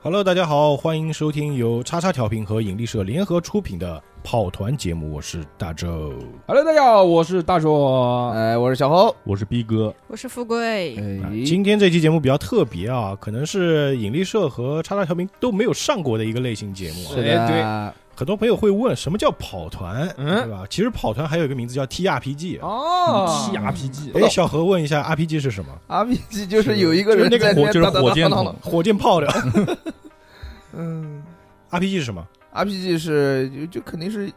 Hello，大家好，欢迎收听由叉叉调频和引力社联合出品的跑团节目，我是大周。 Hello，大家好，我是大硕。哎，我是小侯。我是逼哥，我是富贵，啊哎，今天这期节目比较特别啊，可能是引力社和叉叉调频都没有上过的一个类型节目、啊。是的哎很多朋友会问，什么叫跑团，嗯对吧？其实跑团还有一个名字叫 TRPG 啊。哦 TRPG，哎，小何问一下，RPG 是什么？哎，RPG 就是有一个人就是那个在火边就是当当火箭当当筒当火箭炮的 嗯 RPG 是什么？ ，RPG 是就就肯定是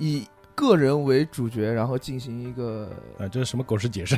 以个人为主角，然后进行 一个啊，这是什么狗屎解释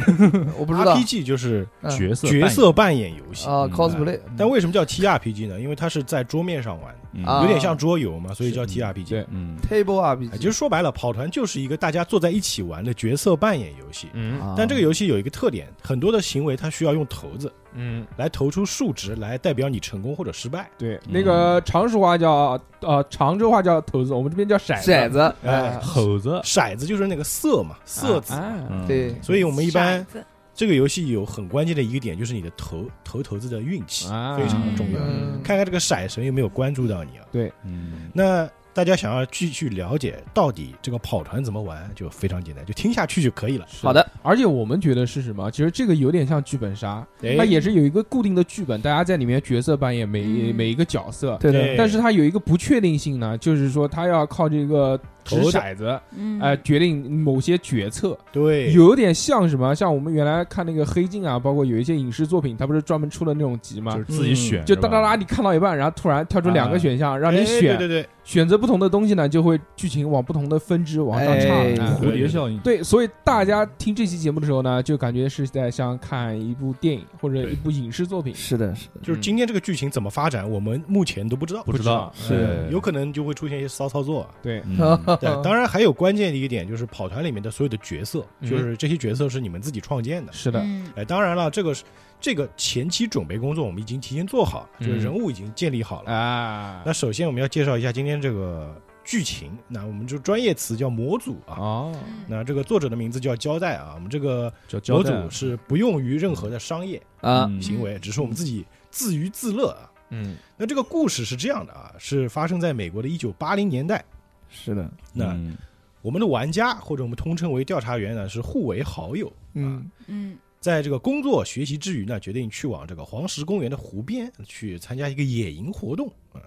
我不知道？RPG 就是嗯角色角色扮演游戏，啊嗯 cosplay，但为什么叫 TRPG 呢？因为它是在桌面上玩的，嗯啊有点像桌游嘛，所以叫是 TRPG。对嗯， table 哎 RPG，其实说白了，跑团就是一个大家坐在一起玩的角色扮演游戏。嗯啊但这个游戏有一个特点，很多的行为它需要用骰子嗯，来投出数值来代表你成功或者失败。嗯对，那个常熟话叫呃，常州话叫骰子，我啊们这边叫骰骰子，哎哎，猴子，骰子就是那个色嘛，色子。啊嗯对，所以我们一般骰子这个游戏有很关键的一个点，就是你的投投骰子的运嗯气啊非常重要。嗯看看这个骰神有没有关注到你啊？嗯，那大家想要继续了解到底这个跑团怎么玩，就非常简单，就听下去就可以了。好的，而且我们觉得是什么？其实这个有点像剧本杀，哎它也是有一个固定的剧本，大家在里面角色扮演每一嗯每一个角色。对对的，但是它有一个不确定性呢，就是说它要靠这个掷投骰子，嗯，哎，决定某些决策。对，有点像什么？像我们原来看那个《黑镜》啊，包括有一些影视作品，它不是专门出了那种集就吗是？自己选，就是哒吧哒哒，你看到一半，然后突然跳出两个选项，让你哎选，对对对，选择不同的东西呢，就会剧情往不同的分支往上哎岔。蝴蝶效应，对，所以大家听这期节目的时候呢，就感觉是在像看一部电影或者一部影视作品。是的，是的，就是今天这个剧情怎么发展，我们目前都不知道，嗯不知道，嗯不知道哎有可能就会出现一些骚操作。对，嗯对，当然还有关键的一个点就是跑团里面的所有的角色，嗯就是这些角色是你们自己创建的。是的，嗯哎，当然了，这个是这个前期准备工作我们已经提前做好了，就是嗯人物已经建立好了。啊那首先我们要介绍一下今天这个剧情，那我们就专业词叫模组啊。哦，嗯那这个作者的名字叫交代啊，我们这个叫模交代组是不用于任何的商业啊，啊嗯行为，只是我们自己自娱自乐啊。嗯那这个故事是这样的啊，是发生在美国的1980年代。是的，那嗯我们的玩家或者我们通称为调查员呢，是互为好友。啊嗯，嗯在这个工作学习之余呢，决定去往这个黄石公园的湖边去参加一个野营活动啊、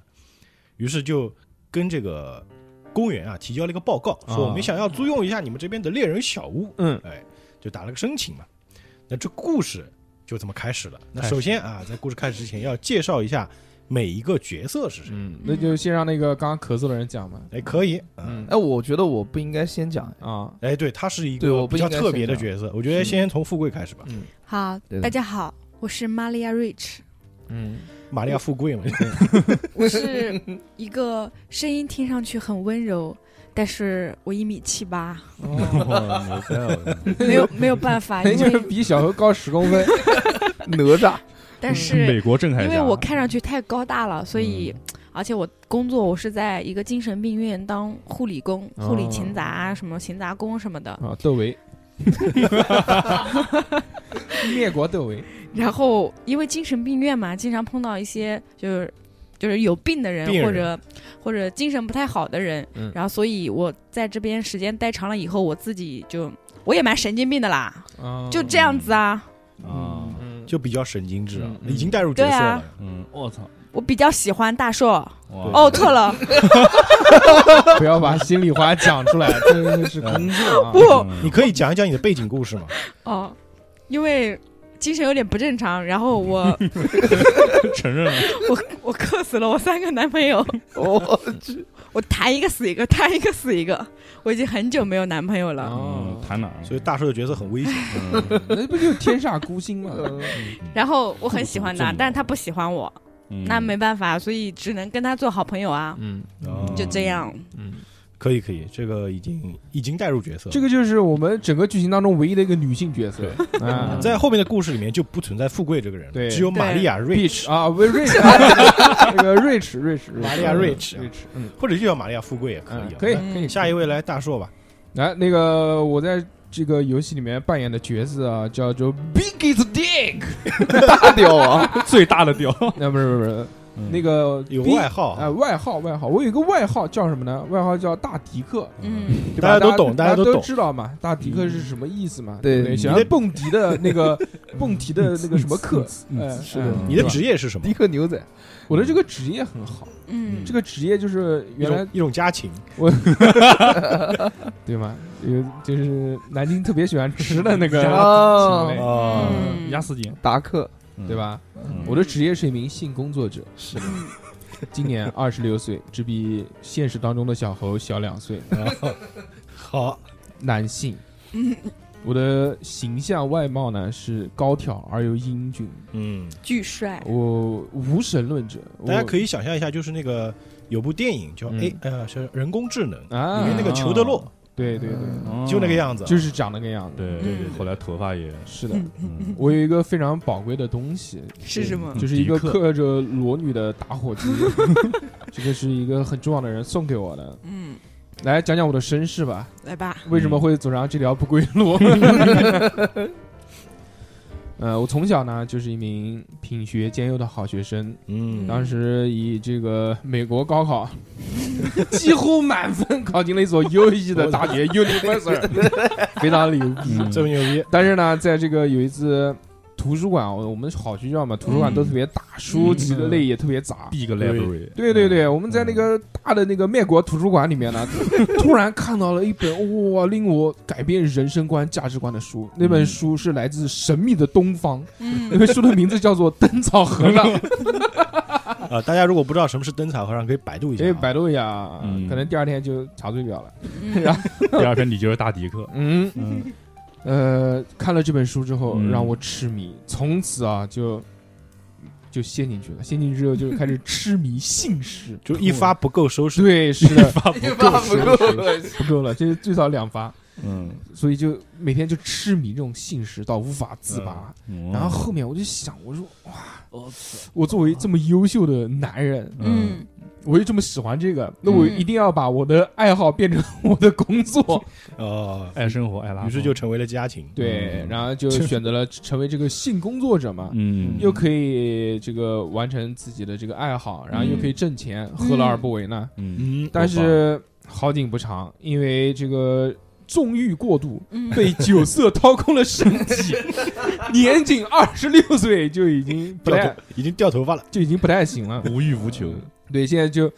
于是就跟这个公园啊提交了一个报告，啊说我们想要租用一下你们这边的猎人小屋，嗯，哎，就打了个申请嘛。那这故事就这么开始了。那开始首先啊，在故事开始之前要介绍一下每一个角色是谁。嗯，那就先让那个刚刚咳嗽的人讲吧。哎，可以，啊嗯哎，我觉得我不应该先 哦讲，啊，哎，对，他是一对个我不比较应该特别的先角色。我觉得先从富贵开始吧，嗯好对，的大家好，我是玛利亚 Rich，嗯玛利亚富贵嘛，我是一个声音听上去很温柔，但是我一米七八，哦没有没有办法，因哎就是为比小何高十 公分。哪吒，但嗯美是国正太因家，为我看上去太高大了，所以。而且我工作，我是在一个精神病院当护理工、护理勤杂啊、什么勤杂工什么的。啊，窦唯，灭国窦唯，然后因为精神病院嘛，经常碰到一些就是就是有病的人病人或者或者精神不太好的人，嗯然后所以我在这边时间待长了以后，我自己就我也蛮神经病的啦，哦就这样子啊，啊，嗯，就比较神经质啊，嗯已经带入角色对了。啊嗯，我操，我比较喜欢大硕，哇哦，错了，不要把心里话讲出来，这个是工作啊。不，嗯你可以讲一讲你的背景故事吗？哦，因为。精神有点不正常，然后我承认了，我克死了我三个男朋友，哦，我谈一个死一个，谈一个死一个，我已经很久没有男朋友了。哦嗯，，谈哪儿了？所以大叔的角色很危险。嗯那不就天煞孤星吗？然后我很喜欢这么他重，要但是他不喜欢我，嗯那没办法，所以只能跟他做好朋友啊，嗯哦就这样。嗯，可以可以，这个已经已经带入角色了。这个就是我们整个剧情当中唯一的一个女性角色对啊，在后面的故事里面就不存在富贵这个人了，对只有玛利亚 Beach Rich，啊 ，We Rich，啊那个 Rich Rich，玛利亚 Rich Rich，嗯，或者就叫玛利亚富贵也可以嗯啊。可以那可以。下一位来大硕吧，来，那个我在这个游戏里面扮演的角色啊， 叫做 Biggest Dick。啊大屌王，最大的屌，那不是不是不是，嗯那个有第一外号啊哎，外号外号，我有一个外号叫什么呢？外号叫大迪克，嗯，对吧大家都家懂大大家都懂嗯知道嘛，大迪克是什么意思嘛？对不对，你喜的欢蹦迪的 那个蹦迪的那个什么课，呃，是的嗯你的对吧职业 是什么迪？克牛仔，我的这个职业很好，嗯，这个职业就是一原来种一种家禽，对吗？有就是南京特别喜欢吃的那个，哦行嘞，啊嗯压死你，达克对？吧？嗯我的职业是一名性工作者，是今年二十六岁，只比现实当中的小猴小两岁，好，男性。我的形象外貌呢是高挑而又英俊，嗯，巨帅，我无神论者，大家我可以想象一下，就是那个有部电影叫哦嗯 A，呃，是人工智能，啊，里面那个嗯裘德洛对对对，哦就那个，样子，啊就是长那个样子。对对对对后来头发也，是的，嗯嗯我有一个非常宝贵的东西，是什么？就是一个迪克刻着裸女的打火 机，这个是一个很重要的人送给我的。嗯，来讲讲我的身世吧，来吧，为什么会走上这条不归 路？呃，我从小呢就是一名品学兼优的好学生，嗯，当时以这个美国高考 几乎满分考进了一所优异的大 学 Universal，非 常牛逼。嗯这么牛逼，但是呢，在这个有一次图书馆，我我们好学校嘛，图书馆都特别大，书籍的类也特别杂。 big library，对对对，我们在那个大的那个卖国图书馆里面呢， 突然看到了一本哇，令我改变人生观、价值观的书。那本书是来自神秘的东方，那嗯本书的名字叫做《灯草和尚》。啊！大家如果不知道什么是灯草和尚，可以百度一下所以啊，百度一下啊，嗯可能第二天就查醉掉了。嗯第二天你就是大迪克，嗯， 嗯，呃，看了这本书之后，嗯让我痴迷，从此啊就就陷进去了。陷进去之后就开始痴迷姓氏，就一发不够收拾，对，是的，一发不够，不够了，这最少两发，嗯，所以就每天就痴迷这种姓氏到无法自拔。嗯然后后面我就想，我说哇，我作为这么优秀的男人，嗯我又这么喜欢这个，那我一定要把我的爱好变成我的工作。哦，爱生活爱拉风，于是就成为了家禽，对，嗯然后就选择了成为这个性工作者嘛，嗯，又可以这个完成自己的这个爱好，然后又可以挣钱，何乐而不为呢？嗯，嗯，但是好景不长，因为这个纵欲过度，嗯，被酒色掏空了身体，年仅二十六岁就已经不掉太头已经掉头发了，就已经不太行了。无欲无求，对，现在就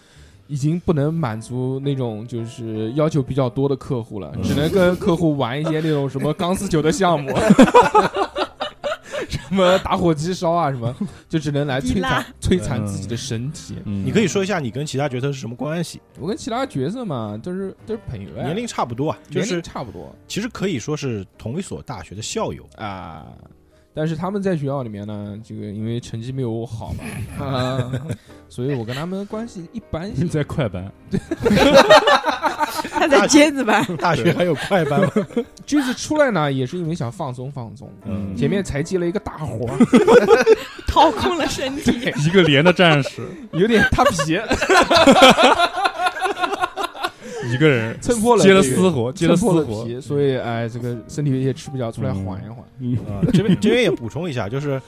已经不能满足那种就是要求比较多的客户了，嗯只能跟客户玩一些那种什么钢丝球的项目， 什么打火机烧啊什么，就只能来易摧拉残摧残自己的身体。嗯你可以说一下你跟其他角色是什么关系？我跟其他角色嘛，都是都是朋友哎，年龄差不多啊，就年龄是差不多其实可以说是同一所大学的校友，啊。但是他们在学校里面呢，这个因为成绩没有我好嘛，啊 所以我跟他们关系一般你性。在快班，他在尖子班，大学还有快班吗？这次出来呢，也是因为想放松放松，嗯前面才接了一个大活儿，掏空了身 体，一个连的战士，有点塌皮，一个人 蹭破了接这了个私活，接蹭了私嗯破了活，皮，所以哎，这个身体也吃不消，出来缓一缓。 嗯啊，这边这边也补充一下，就是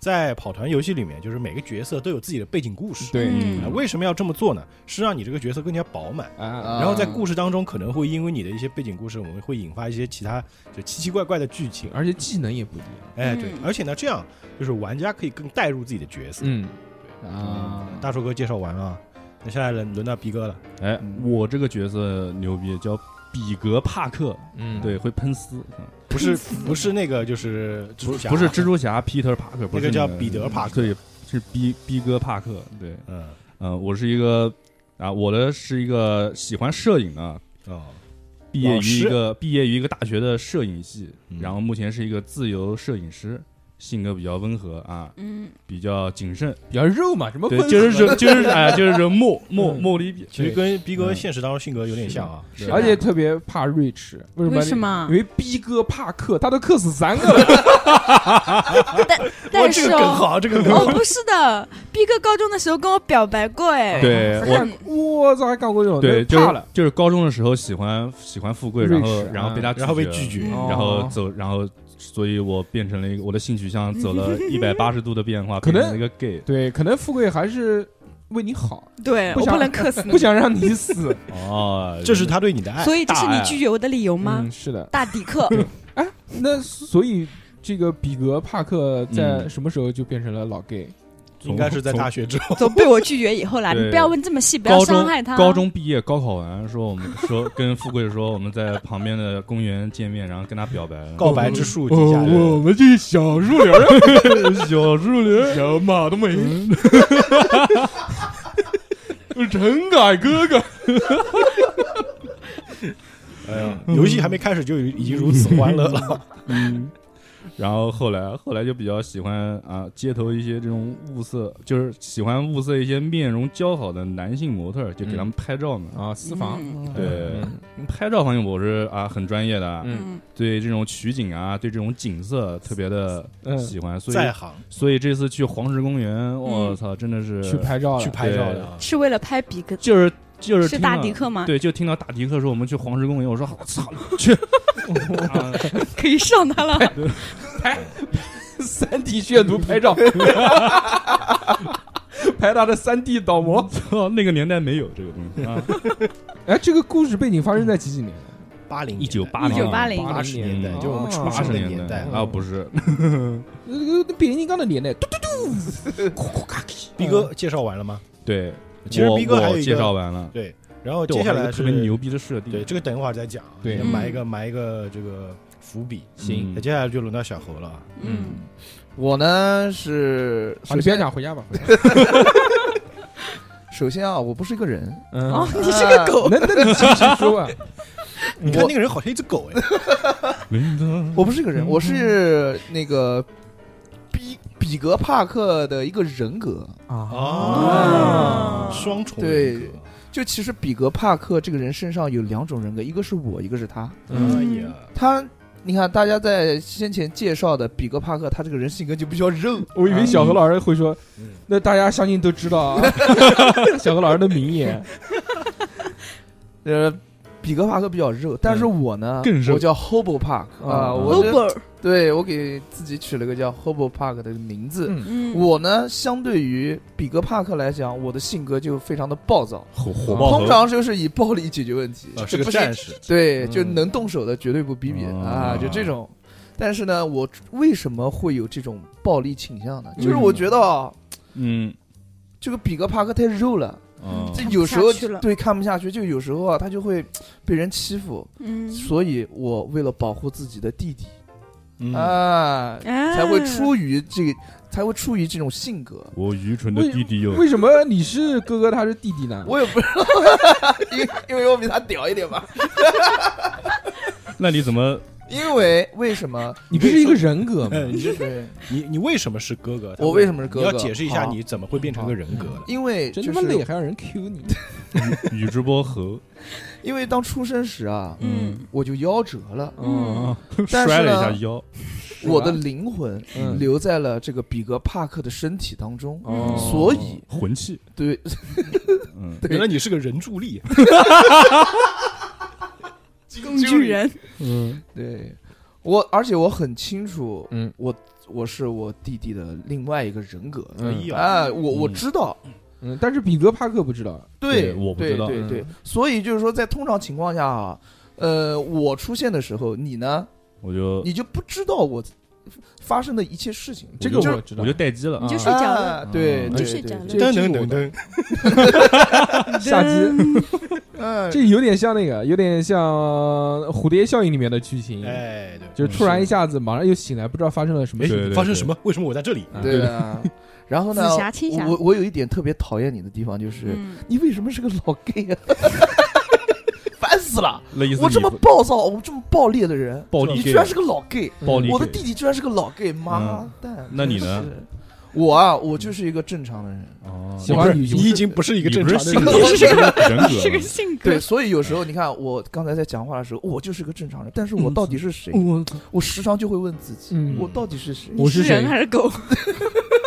在跑团游戏里面，就是每个角色都有自己的背景故事。对嗯啊，为什么要这么做呢？是让你这个角色更加饱满。啊啊然后在故事当中，可能会因为你的一些背景故事，我们会引发一些其他就奇奇怪怪的剧情。而且技能也不一样。哎，嗯对，而且呢，这样就是玩家可以更带入自己的角色。嗯啊，大叔哥介绍完了，那现在轮轮到逼哥了。哎，我这个角色牛逼，叫比格帕克，嗯，对，会喷丝，不是不是那个就是蜘蛛侠，啊不是蜘蛛侠 Peter Parker，不那是个叫个呃彼得帕克。对，是逼逼哥帕克，对，嗯嗯，我是一个啊，我的是一个喜欢摄影啊，哦毕业老于一师个毕业于一个大学的摄影系，嗯然后目前是一个自由摄影师，性格比较温和啊，嗯，比较谨慎，比较肉嘛，什么对温，和就是柔就是哎，就是柔 默默嗯默里其实跟逼哥嗯现实当中性格有点像啊。是而且特别怕瑞驰，为什么？为什？么因？为逼哥怕克，他都克死三个了。但是哦，好，这个 哦，不是的，逼哥高中的时候跟我表白过，哎，对他我很 我操，还干过这种，对，就怕是了。就是高中的时候喜欢喜欢富贵，瑞然后士然后被啊他然后被拒绝，哦绝哦嗯然后走，然后所以我变成了一个我的兴趣取向走了一百八十度的变化，可能变成了一个 gay 对，可能富贵还是为你好，对不我想不能克死 你，不想让你死。 哦，这是他对你的爱。所以这是大你爱拒绝我的理由吗？嗯，是的。大抵 克，哎，那所以这个比格帕克在嗯什么时候就变成了老 gay？从应该是在大学之后，总被我拒绝以后啦，你对不要问这么细，不要高伤中害他。啊高中毕业，高考完说我们说跟富贵说我们在旁边的公园见面，然后跟他表白，告白之树底下哦我的们这个小树林， 小树林，小马冬梅，嗯陈凯哥哥，哎呀，游戏还没开始就已经如此欢乐了。嗯然后后来后来就比较喜欢啊街头一些这种物色，就是喜欢物色一些面容姣好的男性模特儿，就给他们拍照嘛。啊，私房，嗯对，拍照方面我是啊很专业的啊，嗯嗯，对这种取景啊，对这种景色特别的嗯，喜欢，所在以行所以这次去黄石公园，我嗯操，真的是去拍照去了，拍照的啊，是为了拍比格，就是就是是听大到迪克吗？对，就听到大迪克说我们去黄石公园，我说我操去， 啊 可以上他了，三 D 炫图拍照， 拍他的三 D 倒模。操 那个年代没有这个东西啊，嗯哎，这个故事背景发生在几几年？八零一九八啊一零九八零，八十年代，就我们哦出八生十的年代代啊。啊，不是呃那个那变形金刚的年代，嘟嘟 嘟，逼哥介绍完了吗？对，其实我逼哥还有我一介绍个完了，对，然后对接下我还有一来个是特别牛逼的设定，对，这个等一会儿再讲啊，对先埋一个埋一个这个伏笔。嗯行那接下来就轮到小猴了啊，嗯，我呢是啊，首你不要先讲，回家吧。回家 首先啊，我不是一个人，嗯，哦，你是个狗，那那你继续说 啊。你看那个人好像一只狗哎，我我不是一个人，我是那个比比格帕克的一个人格。啊啊哦双重对人格就其实比格帕克这个人身上有两种人格，一个是我，一个是他。嗯哎呀，他，你看大家在先前介绍的比格帕克，他这个人性格就比较肉，我以为小何老师会说嗯，那大家相信都知道啊。小何老师的名言，呃，比格帕克比较肉，但是我呢，更肉我叫 Hobo Park 嗯啊、啊我这 Uber，对我给自己取了个叫 Hobo Park 的名字。嗯嗯，我呢，相对于比格帕克来讲，我的性格就非常的暴躁，火火爆嗯通头，常就是以暴力解决问题，啊这是个不战士，对，嗯就能动手的绝对不逼逼、哦啊，就这种。但是呢，我为什么会有这种暴力倾向呢？嗯就是我觉得啊，嗯，这个比格帕克太肉了，哦这看不有时候下去了对看不下去，就有时候啊，他就会被人欺负。嗯，所以我为了保护自己的弟弟嗯啊，才才会出于这个，才会出于这种性格。我愚蠢的弟弟哟，为什么你是哥哥，他是弟弟呢？我也不知道，因为因为我比他屌一点吧。那你怎么因为为什么？你不是一个人格吗？嗯，你这对，你你为什么是哥哥？我为什么是哥哥你要解释一下好你怎么会变成个人格的。因为真就他妈累，是还让人 Q 你。宇智波 猴？因为当出生时啊，嗯我就夭折了，哦嗯，但是摔了一下呢腰，啊吧我的灵魂嗯留在了这个比格帕克的身体当中，哦所以魂器，对嗯，原来你是个人助力，工具人，嗯对，我而且我很清楚，嗯我我是我弟弟的另外一个人格，哎嗯呀哎，我我嗯知道，嗯，但是彼得帕克不知道。对我不知道对嗯对，所以就是说，在通常情况下啊，呃，我出现的时候，你呢，我就你就不知道我发生的一切事情，这个就我知道我就。待机了你，就睡是觉了，啊，对嗯就对睡对着了这噔这噔我噔噔， 下集 嗯，这有点像那个，有点像《蝴蝶效应》里面的剧嗯情，哎，对，就是突然一下子马上又醒来，不知道发生了什么哎事。对对嗯发生什么？为什么我在这里？啊对啊。 然后呢紫霞青，霞我我有一点特别讨厌你的地方就是，嗯，你为什么是个老 gay 啊？烦死了！那意思我你这么会暴躁，我这么暴烈的人，暴力你 gay 居然是个老 gay！暴力我的 gay 弟弟居然是个老 gay，妈蛋！ 那你真呢是？我啊，我就是一个正常的人。哦，喜欢不是女你性已经不是一个你正不是常的性人格，了。你是人格，是个性格对，，所以有时候你看，我刚才在讲话的时候，我就是个正常人，但是我到底是谁？我我时常就会问自己，嗯我到底是谁？你我是谁人还是狗？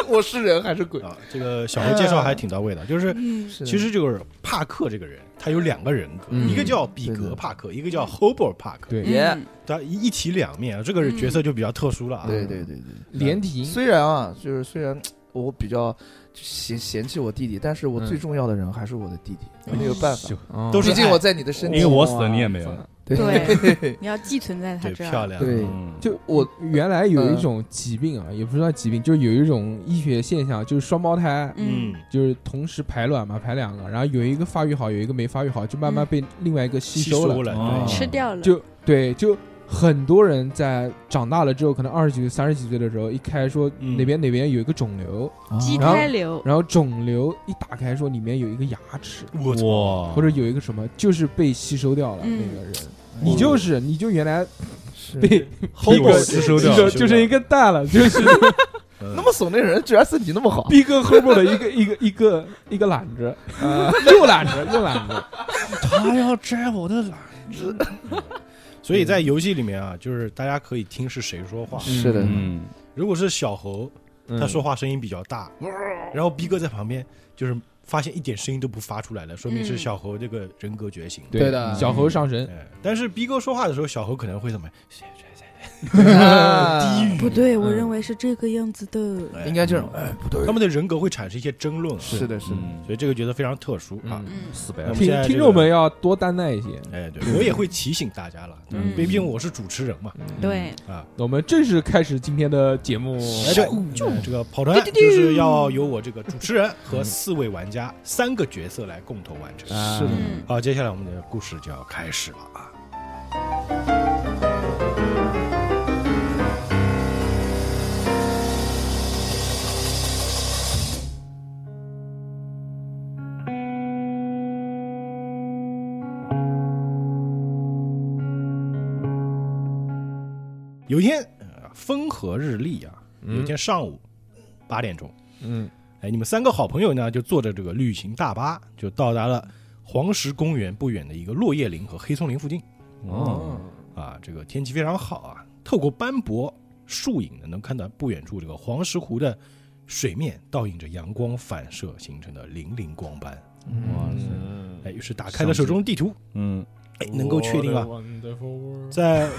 我是人还是鬼？啊，这个小何介绍还挺到位的，就是嗯是的其实就是帕克这个人，他有两个人格，嗯一个叫比格帕克，一个叫 Hobo 帕克，对耶嗯他一一体两面啊，这个角色就比较特殊了啊。对对对对，连体婴虽然啊，就是虽然我比较嫌嫌弃我弟弟，但是我嗯最重要的人还是我的弟弟，没有办法，哦都是毕竟爱我在你的身哎因体为里。啊我死了你也没有。对， 你要寄存在他对，这漂儿。亮，对嗯就我原来有嗯一种疾病啊，也不算疾病，就有一种医学现象，就是双胞胎，嗯，就是同时排卵嘛，排两个，然后有一个发育好，有一个没发育好，就嗯慢慢被另外一个吸吸收了。了，哦对吃掉了。就对，就很多人在长大了之后，可能二十几岁、三十几岁的时候，一开说嗯哪边哪边有一个肿瘤，啊畸然后胎瘤，然后肿瘤一打开说里面有一个牙齿，我操，哇，或者有一个什么，就是被吸收掉了、嗯那个人。你就是，你就原来是被后逼格吸收吸掉，收，就是一个蛋了，就是嗯那么怂的人，居然身体那么好，逼哥 hobo 的一个一个一个一个懒子，呃 啊又懒子又懒子，他要摘我的懒。所嗯以在游戏里面啊，就是大家可以听是谁说话。是的，嗯，如果是小猴，嗯嗯他说话声音比较大，然后逼哥在旁边就是发现一点声音都不发出来了，说明是嗯小猴这个人格觉醒。对的小猴上身，哎，但是逼哥说话的时候，小猴可能会怎么啊低语？不对，我嗯认为是这个样子的。哎应该这种，哎，不对他，们的人格会产生一些争论啊，是的，是的，嗯所以这个角色非常特殊啊。嗯嗯，死白我了们。现听在听这众个们要多担待一些。哎，对，我也会提醒大家了，嗯毕竟我是主持人嘛。对，啊，我们正式开始今天的节目。哎对，哎这个跑团就是要由我这个主持人和四位玩家三个角色来共同完成。啊是的嗯，好，接下来我们的故事就要开始了啊。有一天，呃风和日丽啊，有一天上午八点钟，嗯哎，你们三个好朋友呢，就坐着这个旅行大巴，就到达了黄石公园不远的一个落叶林和黑松林附近。哦，啊，这个天气非常好啊，透过斑驳树影呢，能看到不远处这个黄石湖的水面倒映着阳光反射形成的粼粼光斑。哇塞，嗯哎，于是打开了手中的地图，嗯，哎，能够确定啊，在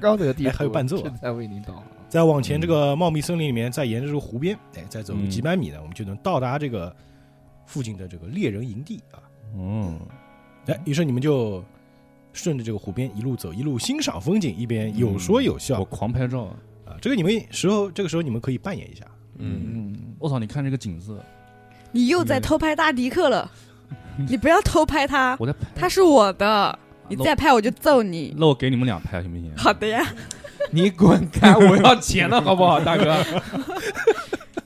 高德地哎还有伴奏啊正在为您 导航。再往前这个茂密森林里面，再沿着这个湖边，哎，再走嗯几百米呢，我们就能到达这个附近的这个猎人营地啊。哦，哎，于是你们就顺着这个湖边一路走，一路欣赏风景，一边有说有笑我狂拍照啊！啊。这个你们时候，这个时候你们可以扮演一下，嗯，嗯，我操，你看这个景色，你又在偷拍大迪克了，嗯你不要偷拍他，我在拍，他是我的，你那我再拍我就揍你。那我给你们俩拍行不行？好的呀， 你滚开！我要钱了，好不好，大哥？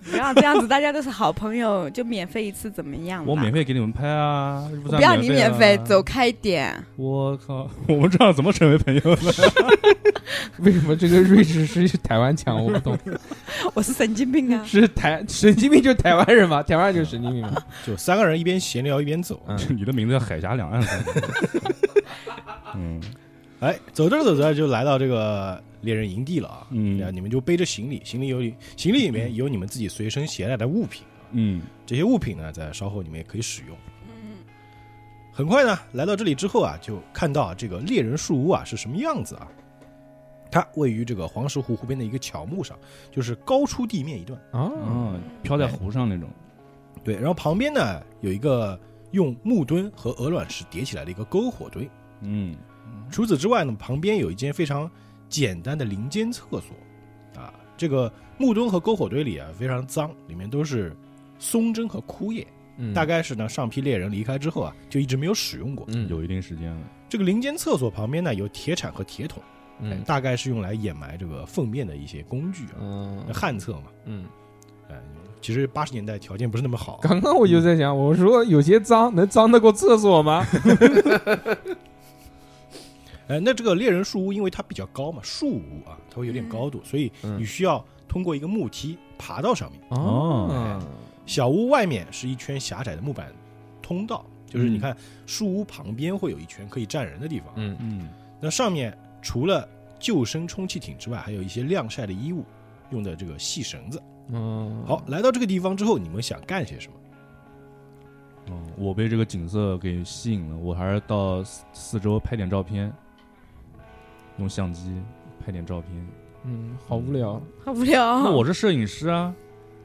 不要这样子，大家都是好朋友，就免费一次怎么样吧？我免费给你们拍啊！这我算不要你免费，啊走！开一点。我靠，我们这样怎么成为朋友呢？为什么这个瑞士是台湾腔？我不懂，我是神经病啊！嗯是台神经病就是台湾人嘛？台湾人就是神经病嘛？就三个人一边闲聊一边走。嗯 你的名字叫海峡两岸三国。嗯哎，走着走着就来到这个猎人营地了啊。对啊，嗯你们就背着行李，行李有行李里面有你们自己随身携带的物品，嗯，这些物品呢，在稍后你们也可以使用。很快呢，来到这里之后啊，就看到啊这个猎人树屋啊是什么样子啊？它位于这个黄石湖湖边的一个乔木上，就是高出地面一段。啊，嗯哦，飘在湖上那种。对，然后旁边呢有一个用木墩和鹅卵石叠起来的一个篝火堆。嗯除此之外呢，旁边有一间非常简单的林间厕所。啊，这个木墩和篝火堆里啊非常脏，里面都是松针和枯叶，嗯大概是呢上批猎人离开之后啊就一直没有使用过。嗯有一定时间了。这个林间厕所旁边呢有铁铲和铁桶，哎嗯大概是用来掩埋这个粪便的一些工具啊，嗯旱厕嘛。嗯，哎，其实八十年代条件不是那么好啊，刚刚我就在想，我说有些脏能脏得过厕所 吗？哎，那这个猎人树屋因为它比较高嘛，树屋啊，它会有点高度，所以嗯你需要通过一个木梯爬到上面。啊哦小屋外面是一圈狭窄的木板通道，就是你嗯看树屋旁边会有一圈可以站人的地方。嗯嗯那上面除了救生充气艇之外，还有一些晾晒的衣物，用的这个细绳子。嗯，好，来到这个地方之后，你们想干些什么？嗯，我被这个景色给吸引了，我还是到四四周拍点照片，用相机拍点照片。嗯，好无聊，好无聊。那我是摄影师啊，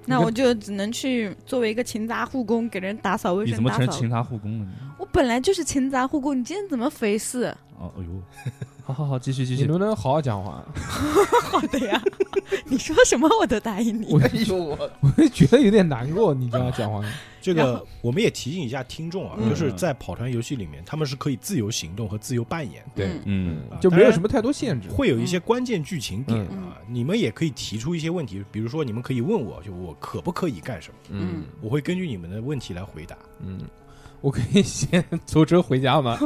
那我就只能去作为一个勤杂护工，给人打扫卫你生怎么打成扫。勤杂护工了呢？我本来就是勤杂护工，你今天怎么肥事？哦，哎呦，好好好，继续继你续能。不能好好讲 话？好的呀， 你说什么我都答应你我。哎呦我，我就觉得有点难过，你这样讲话，这然个我们也提醒一下听众啊，嗯就是在跑团游戏里面，他们是可以自由行动和自由扮演，对，嗯嗯，就没有什么太多限制。会有一些关键剧情点嗯啊，你们也可以提出一些问题，比如说你们可以问我，就我可不可以干什么，嗯我会根据你们的问题来回答。嗯，我可以先坐车回家吗？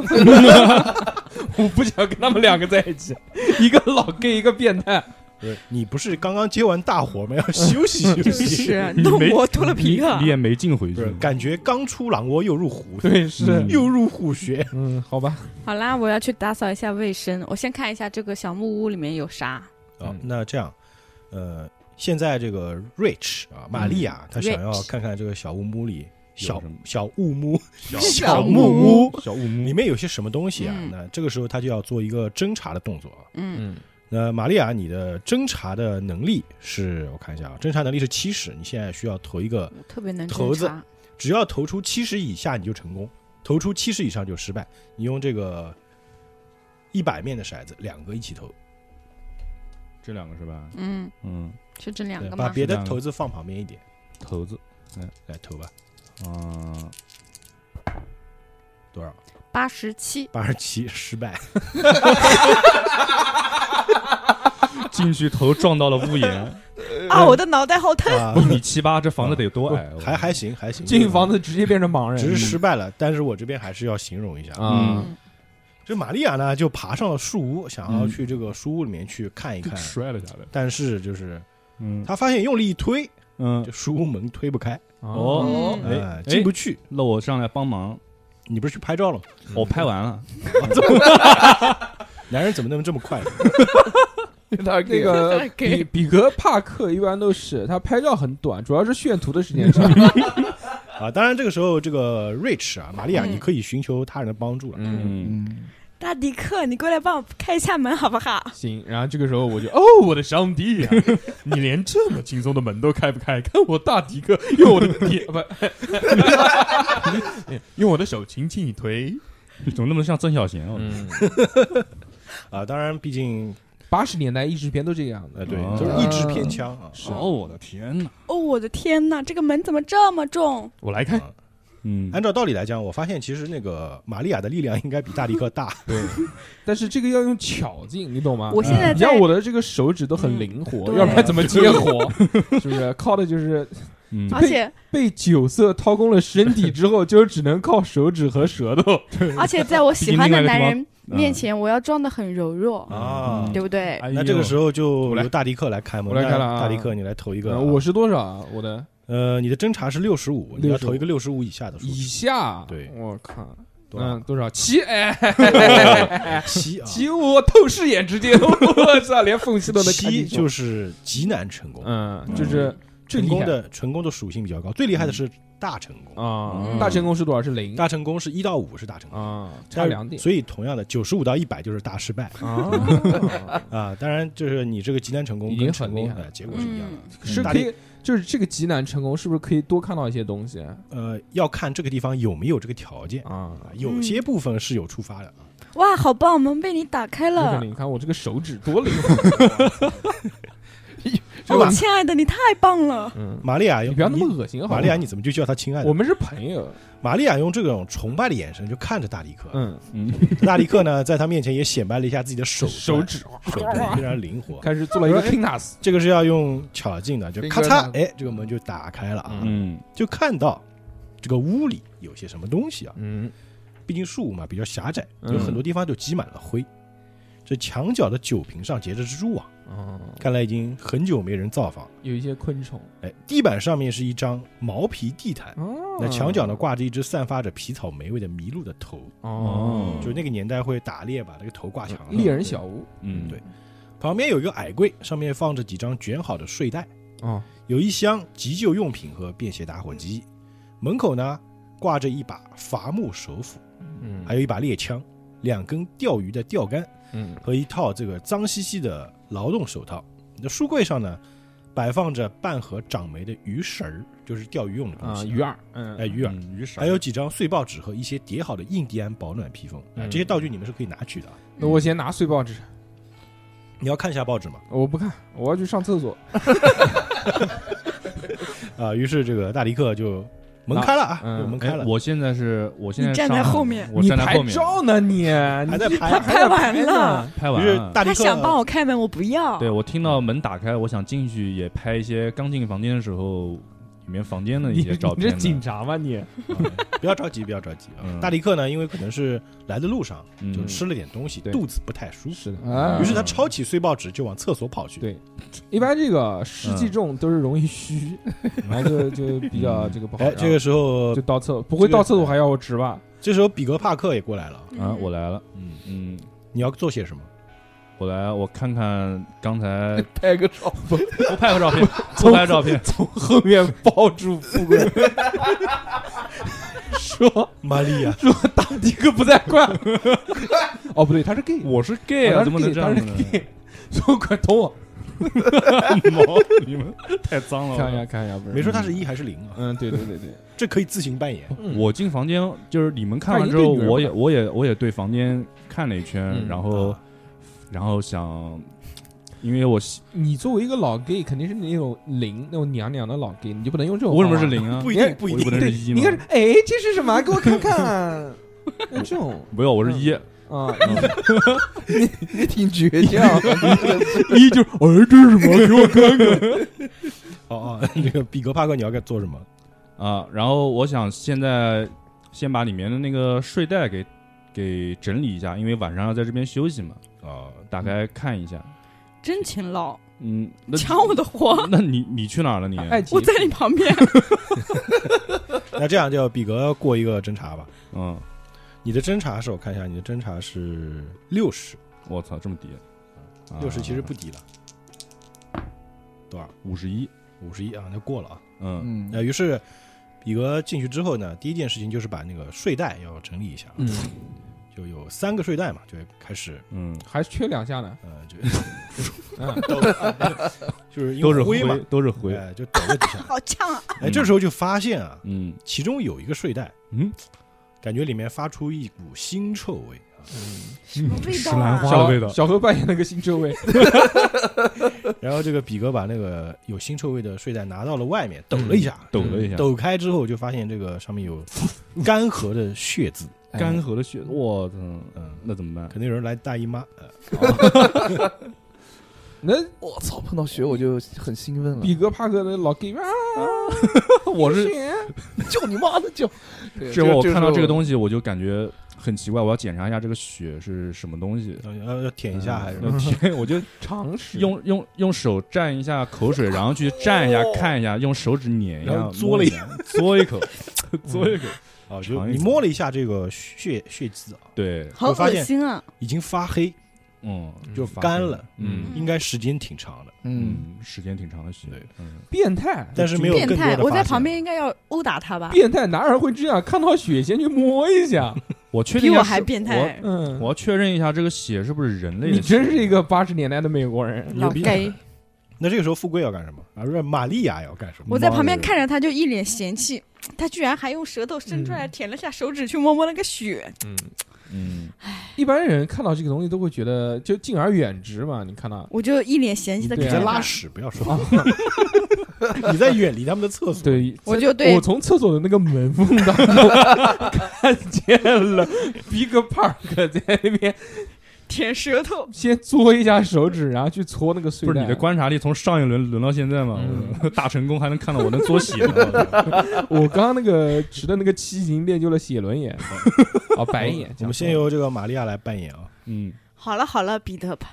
我不想跟他们两个在一起， 一个老 gay，一个变态。对你不是刚刚接完大活吗？要休息休息。就是啊你弄没我脱了皮了你，也没进回不去是，。感觉刚出狼窝又入虎，对，是嗯，又入虎穴。嗯，好吧，好啦，我要去打扫一下卫生。我先看一下这个小木屋里面有啥。啊嗯，那这样，呃，现在这个 Rich 啊，玛利亚，她想要 Rich 看看这个小屋屋里小嗯有什么小雾屋小木屋小雾木里面有些什么东西啊？嗯那这个时候她就要做一个侦查的动作啊。嗯，嗯，那玛利亚，你的侦查的能力是我看一下啊，侦查能力是七十，你现在需要投一个，我特别能头侦子查。只要投出七十以下你就成功，投出七十以上就失败。你用这个一百面的骰子，两个一起投，这两个是吧？嗯，嗯，是这两对个把吗？别的是这样的骰子放旁边一点头子来投吧。 啊，多少？八十七，八十七，失败。进去头撞到了屋 檐，啊，我的脑袋好疼。 啊不，一米七八，这房子得有多矮？还还行还行，进房子直接变成盲人，只嗯是失败了，但是我这边还是要形容一下，啊，嗯这玛利亚呢就爬上了树屋，想要嗯去这个树屋里面去看一看，摔了下来。但是就是嗯她发现用力一推，嗯就，树屋门推不开，哦，嗯哎啊哎进不去。那我上来帮忙，你不是去拍照了 吗？我拍完了。男人怎么能这么快？ 那那 个给比比格帕克一般都是他拍照很短，主要是炫图的时间长。啊，当然这个时候这个 Rich 啊，玛利亚，嗯你可以寻求他人的帮助了。嗯，嗯，大迪克，你过来帮我开一下门好不好？行，然后这个时候我就，哦，我的上帝呀、 你连这么轻松的门都开不开，看我大迪哥用我的铁 不，用我的手轻轻一推，怎么那么像曾小贤哦？嗯，啊，当然，毕竟八十年代译制片都这个样呃，的，对，哦都是一支偏枪啊。是哦，我的天哪！哦，我的天哪，这个门怎么这么重？我来哎啊嗯，按照道理来讲，我发现其实那个玛利亚的力量应该比大力克 大，对，但是这个要用巧劲，你懂吗？我现在啊嗯你像在我的这个手指都很灵活，对 啊要不然怎么接活？ 是不是？靠的就是嗯而且被酒色掏空了身体之后，就只能靠手指和舌头。而且在我喜欢的男人嗯面前，我要装的很柔弱，啊对不对？哎呦那这个时候就我来由大迪克来开门。我来开了啊那大迪克，你来投一个啊。呃我是多少啊？我的呃，你的侦查是六十五，你要投一个六十五以下的数以字，下，对我靠，多少，？嗯多少？七 哎， 七啊，七我透视眼之间，我操，连缝隙都能看七清楚。就是极难成功，嗯，就是最成厉功害嗯的成功的属性比较高，最厉害的是大成功，啊嗯！大成功是多少？是零大成功是一到五是大成功，啊，差两点所以同样的九十五到一百就是大失败 啊，啊。当然，就是你这个极难成功已经跟很成功厉害了呃结果是一样的。嗯，是大可以。就是这个极难成功，是不是可以多看到一些东西呃，要看这个地方有没有这个条件啊，啊？有些部分是有触发的啊。哇，好棒，门被你打开就是了。你看我这个手指多灵活， 这哦，个亲爱的，你太棒了！嗯，玛利亚，你不要那么恶心你好吗？玛利亚，你怎么就叫他亲爱的我？们是朋友，玛利亚用这种崇拜的眼神就看着大力克，嗯，嗯，大力克呢，在他面前也显摆了一下自己的手手手指手段非常灵活。开始做了一个 Kinas，这个是要用巧劲的，就咔嚓兵，哥哎，这个门就打开了啊，嗯就看到这个屋里有些什么东西啊。嗯，毕竟树屋嘛比较狭窄，嗯有很多地方就积满了灰。这墙角的酒瓶上结着蜘蛛网，哦，看来已经很久没人造访。有一些昆虫，哎，地板上面是一张毛皮地毯，哦那墙角呢，挂着一只散发着皮草霉味的麋鹿的头，哦，嗯就那个年代会打猎把那个头挂墙上。嗯猎人小屋，嗯，对，旁边有一个矮柜，上面放着几张卷好的睡袋，哦，有一箱急救用品和便携打火机，门口呢挂着一把伐木手斧，嗯还有一把猎枪，两根钓鱼的钓竿嗯和一套这个脏兮兮的劳动手套。那书柜上呢摆放着半盒长霉的鱼食儿，就是钓鱼用的东啊，西，鱼饵，嗯，哎鱼饵。嗯鱼饵还有几张碎报纸和一些叠好的印第安保暖披风，啊，嗯这些道具你们是可以拿去的啊。那我先拿碎报纸，你要看一下报纸嘛，我不看，我要去上厕所。啊，于是这个大迪克就门开了啊，嗯就门开哎了，我现在是我现在你站在上后面我你站在后拍面照呢你，你还在拍啊，拍完了，拍于完是了。啊大迪他克想帮我开门，我不要。对，啊我听到门打开，我想进去也拍一些刚进房间的时候里面房间的一你些照你片啊是的。警察吗你？不要着急，不要着急啊！嗯大迪克呢，因为可能是来的路上嗯就吃了点东西，对嗯肚子不太舒服，是的啊于是他抄起碎报纸就往厕所跑去。对一般这个湿气嗯重都是容易虚，然后就就比较这个不好。哎，这个时候就，到厕，不会这个到厕所还要我值吧？这时候比格帕克也过来了，啊，我来了，嗯，嗯，你要做些什么？我来，我看看刚才拍个照，不拍个照 片，不拍照片，从后面抱住富贵， 说玛丽亚，说大迪哥不在快， 哦不对，他是 gay，我是 gay 啊，哦怎么能这样他子是呢？ gay，说快捅我， 毛，你们太脏了。看一下看一下，不是没说他是一还是零啊？嗯，对对对对，这可以自行扮演。我进房间，就是你们看他完已之经后，对女人我也了我也我也对房间看了一圈，嗯然后啊然后想，因为我喜 你作为一个老 gay，肯定是那种零那种娘娘的老 gay，你就不能用这种我为方什法。么是零啊？不一因定为，不一我也定 不。能对是一，你吗看，哎，这是什么？给我看看。那这种没有，我是 一，啊，你挺倔 强。一就是哎，这是什么？给我看看。哦哦，这个比格帕克，你要该做什么？啊，然后我想现在先把里面的那个睡袋给给整理一下，因为晚上要在这边休息嘛，啊，打开嗯看一下。真勤劳，嗯，那抢我的活，那你你去哪儿了你？ 爱情我在你旁边。那这样叫比格过一个侦查吧。嗯，你的侦查是我看一下，你的侦查是六十，我操，这么低，啊六十其实不低了，多少？五十一，五十一啊，那过了啊。嗯嗯那于是比格进去之后呢，第一件事情就是把那个睡袋要整理一下，嗯，就有三个睡袋嘛，就开始嗯，还缺两下呢。呃就 呃嗯，就是因都是为灰嘛，，都是灰，哎，就抖了几 下。好呛啊！哎，这时候就发现啊，嗯其中有一个睡袋，嗯，感觉里面发出一股腥臭味啊。 什么味道石兰花啊？的味道嗯小何扮演那个新车位，然后这个比格把那个有腥臭味的睡袋拿到了外面，抖了一下，抖了一下，嗯抖开之后就发现这个上面有干涸的血渍，干涸的哎血，我操，嗯，那怎么办？肯定有人来大姨妈，呃那我操，碰到血我就很兴奋了，比格帕克的老 gay 啊，我是叫你妈的叫！这我看到这个西，东西，我就感觉很奇怪，我要检查一下这个血是什么东西。要呃要要舔一下还是什么？嗯那天 我就常识用用用手蘸一下口水，然后去蘸一下、看一下，用手指捻一下然后，嘬摸了一下，嘬一口，嘬一口。啊，就尝一你下摸了一下这个血血迹啊，对，好我发恶现心啊！已经发黑，嗯，就发干黑了，嗯应该时间挺长的，嗯，嗯，时间挺长的血对，嗯，变态，但是没有变更多态，的我在发现旁边应该要殴打他 吧？变态男人会这样，看到血先去摸一 下。我确比定一下我是还变态，嗯我，我要确认一下这个血是不是嗯人类你的血。真是一个八十年代的美国人。老逼 gay。那这个时候富贵要干什么？啊，不是玛利亚要干什么？我在旁边看着他，就一脸嫌弃，他居然还用舌头伸出来舔了下手指去摸摸那个血，嗯，嗯，一般人看到这个东西都会觉得就敬而远之嘛。你看到，我就一脸嫌弃的对你看啊在着拉他。屎，不要说话， 你在远离他们的厕所。对，我就对我从厕所的那个门缝当中 看见了 Big Park 在那边舔舌头，先搓一下手指，然后去搓那个碎不是带。你的观察力从上一轮轮到现在吗？嗯我 大成功还能看到我能嘬血呢，我刚刚那个持的那个七已经练就了血轮 眼，哦，白眼。我们先由这个玛利亚来扮演啊。嗯，好了好了，彼得帕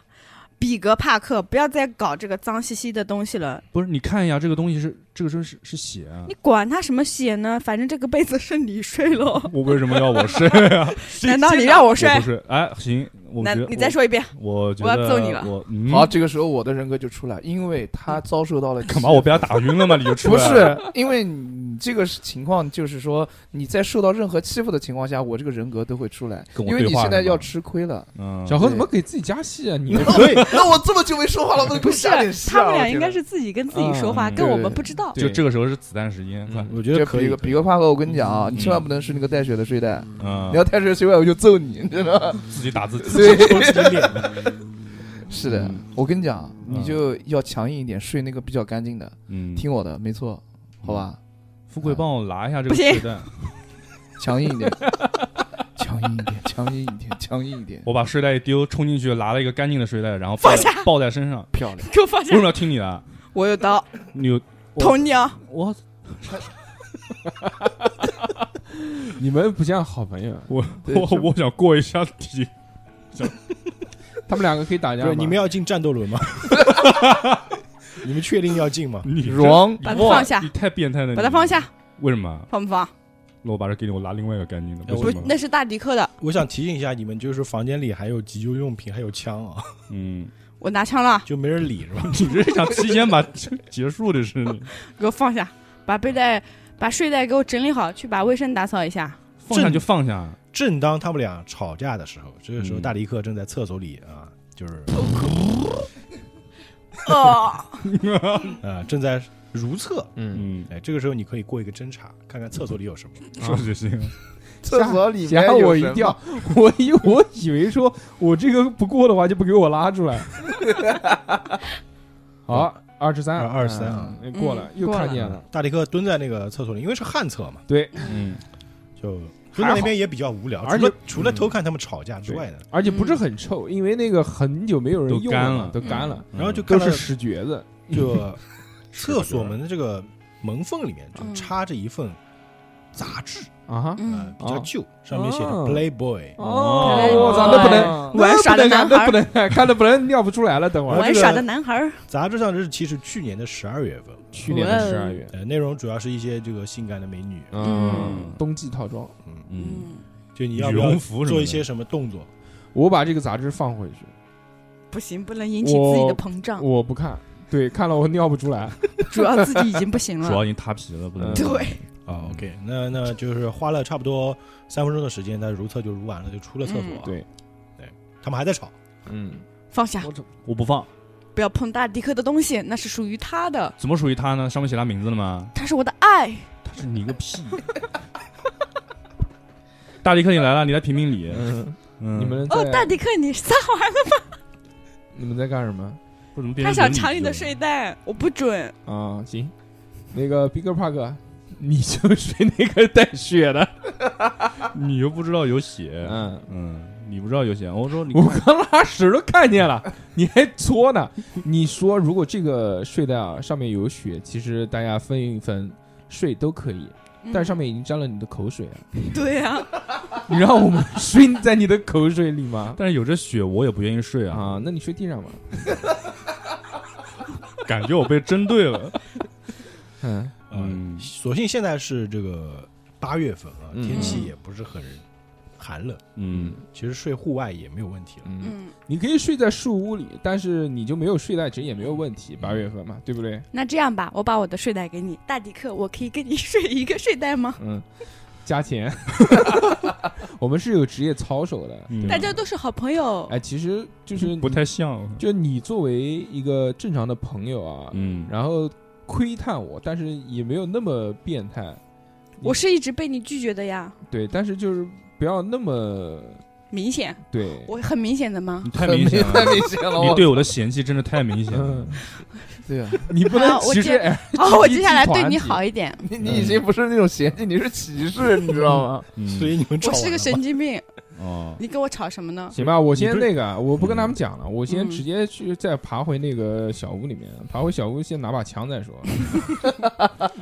比格帕克，不要再搞这个脏兮兮的东西了。不是，你看一下这个东西是这个是是是血啊你！管他什么血呢？反正这个被子是你睡喽。我为什么要我睡啊？ 难道你让我睡我不睡？哎，行，我那觉得你再，说一遍，我我觉我要得揍你了我嗯好，这个时候我的人格就出来，因为他遭受到了 干嘛？我被他打晕了吗？你就出不来是，因为你这个情况就是说，你在受到任何欺负的情况下，我这个人格都会出来，跟我因为对你话现在是吧要吃亏了。 嗯，小何怎么给自己加戏啊？你 那所以那我这么久没说话了，我 不不是下点戏啊他们我俩觉应该得是自己跟自己说话，嗯跟我对们对不知道。就这个时候是子弹时间，快嗯我觉这得可比以个。比个帕克，我跟你讲啊，嗯你千万不能是那个带血的睡袋，嗯，你要带血的睡袋我就揍你，你知道吗？自己打自己，对， 是的嗯，我跟你讲，啊嗯你就要强硬一点，睡那个比较干净的，嗯，听我的，没错，好吧，富贵帮我拿一下这不个行子弹，嗯强硬一 点，强硬一点，强硬一点，强硬一点，我把睡袋一丢，冲进去拿了一个干净的睡袋，然后抱放下抱在身上。漂亮，给我放为什么要听你的？啊我有刀，你有我捅你啊！我你们不像好朋友，我对我我想过一下体，他们两个可以打架不吗是？你们要进战斗轮吗？你们确定要进吗？ 你这软把它放下你太变态了！把你它放下，为什么？放不放？那我把这给你，我拿另外一个干净的。哎我不为是什，么？那是大迪克的，我想提醒一下你们，就是房间里还有急救用品，还有枪啊， 嗯， 我拿枪了，就没人理是吧？你这是想提前把结束的是 你给我放下，把背带、把睡袋给我整理好，去把卫生打扫一下。放下就放下，正当他们俩吵架的时候，这个时候嗯大迪克正在厕所里啊，就是哦，啊正在如厕。嗯，嗯，哎，这个时候你可以过一个侦查，看看厕所里有什么。说就行。厕所里面吓有啊我一什么跳，我以 我以为说我这个不过的话就不给我拉 出来。好，二十三，二十三啊嗯，过了，又看见了，大迪克蹲在那个厕所里，因为是旱厕嘛，对，嗯，就蹲在那边也比较无聊，而除且嗯了除了偷看他们吵架之外呢，而且不是很臭，因为那个很久没有人用嘛都嗯都干了，然后就看都到是屎橛子。就厕所门的这个门缝里面就嗯插着一份杂志啊哈！ 啊嗯，，比较哦旧，上面写着哦 Playboy。哦我操，那不能哦，玩耍的那男不能看，那孩不，能 看，看的不能尿不出来了。等会儿，然后这玩个耍的男孩儿，杂志上这是其实去年的十二月份，去年的十二月，呃，内容主要是一些这个性感的美女，嗯冬季套装，嗯，嗯，嗯，就你羽要不要绒服什么做的一些什么动作？我把这个杂志放回去，不行，不能引起自己的膨胀，我不看，对，看了我尿不出来。主要自己已经不行主要了。已经塌皮了，不能嗯对，啊，OK，那那就是花了差不多三分钟的时间，他如厕就如完了，就出了厕所。嗯对，他们还在吵，嗯，放下，我这我不放，不要碰大迪克的东西，那是属于他的，怎么属于他呢？上面写他名字了吗？他是我的爱。他是你个 屁！大迪克，你来了，你来评评理。嗯，嗯你们哦，在大迪克，你撒谎了，你们在干什么不怎么变他成想人抢理你的了睡袋，我不准。啊？行，那个 Bigger Park，你就睡那个带血的，你又不知道有血，嗯。嗯，你不知道有血。我说你我刚拉屎都看见 了，你还搓呢？你说如果这个睡袋啊上面有血，其实大家分一分睡都可以，嗯但上面已经沾了你的口水了， 对啊呀，你让我们睡在你的口水里吗？但是有这血我也不愿意睡啊，啊，那你睡地上吧。感觉我被针对了。 嗯，嗯嗯，所幸现在是这个八月份啊，嗯天气也不是很寒冷，嗯，其实睡户外也没有问题了。嗯，嗯，你可以睡在树屋里，但是你就没有睡袋，其实也没有问题。八月份嘛，对不对？那这样吧，我把我的睡袋给你，大迪克，我可以跟你睡一个睡袋吗？嗯，加钱， 我们是有职业操守的。嗯对吧大家都是好朋友，哎，其实就是不太像。就你作为一个正常的朋友啊，嗯，然后窥探我，但是也没有那么变态。嗯我是一直被你拒绝的呀，对，但是就是不要那么明显，对。我很明显的吗？你太明显太了，明显了，你我对我的嫌弃真的太明显了嗯。，对 啊，你不好能我歧视 接 L 哦，我接下来对你好一点， 你你已经不是那种嫌弃，你是歧视，你知道吗？嗯所以你们吵我完了是个吗神经病，哦，你跟我吵什么啊呢？行吧，我先你不那个，啊我不跟他们讲了，我先嗯直接去再爬回那个小屋里面，爬回小屋先拿把枪 再说。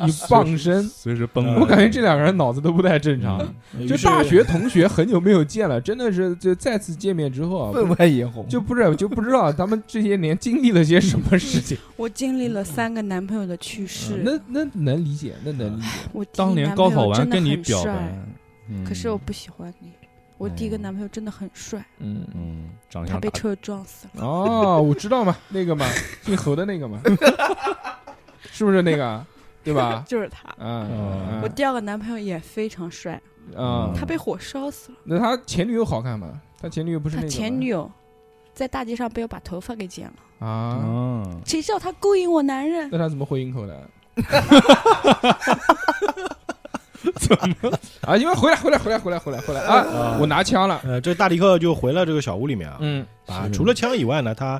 你傍身，随时崩了。我感觉这两个人脑子都不太正常。嗯于 就是大学同学很久没有见了，真的是就再次见面之后啊，分外眼红。就不是就不知道他们这些年经历了些什么事情。我经历了三个男朋友的去世，那那能理解，那能理解。我第一当年男朋高友考完真的跟你很表帅白，嗯可是我不喜欢你。我第一个男朋友真的很帅，嗯，嗯，长他相被大车撞死了。？哦，我知道嘛，那个嘛，姓侯的那个嘛，是不是那个？啊对吧就是他。啊嗯啊我第二个男朋友也非常帅，啊！他被火烧死了。那他前女友好看吗？他前女友不是他那个吗前女友在大街上被我把头发给剪了，啊？嗯，谁叫他勾引我男人？那他怎么回营口的？怎么啊？因为回来回来回来回来回来回来啊！我拿枪了，呃，这大迪克就回了这个小屋里面啊，嗯把是除了枪以外呢，他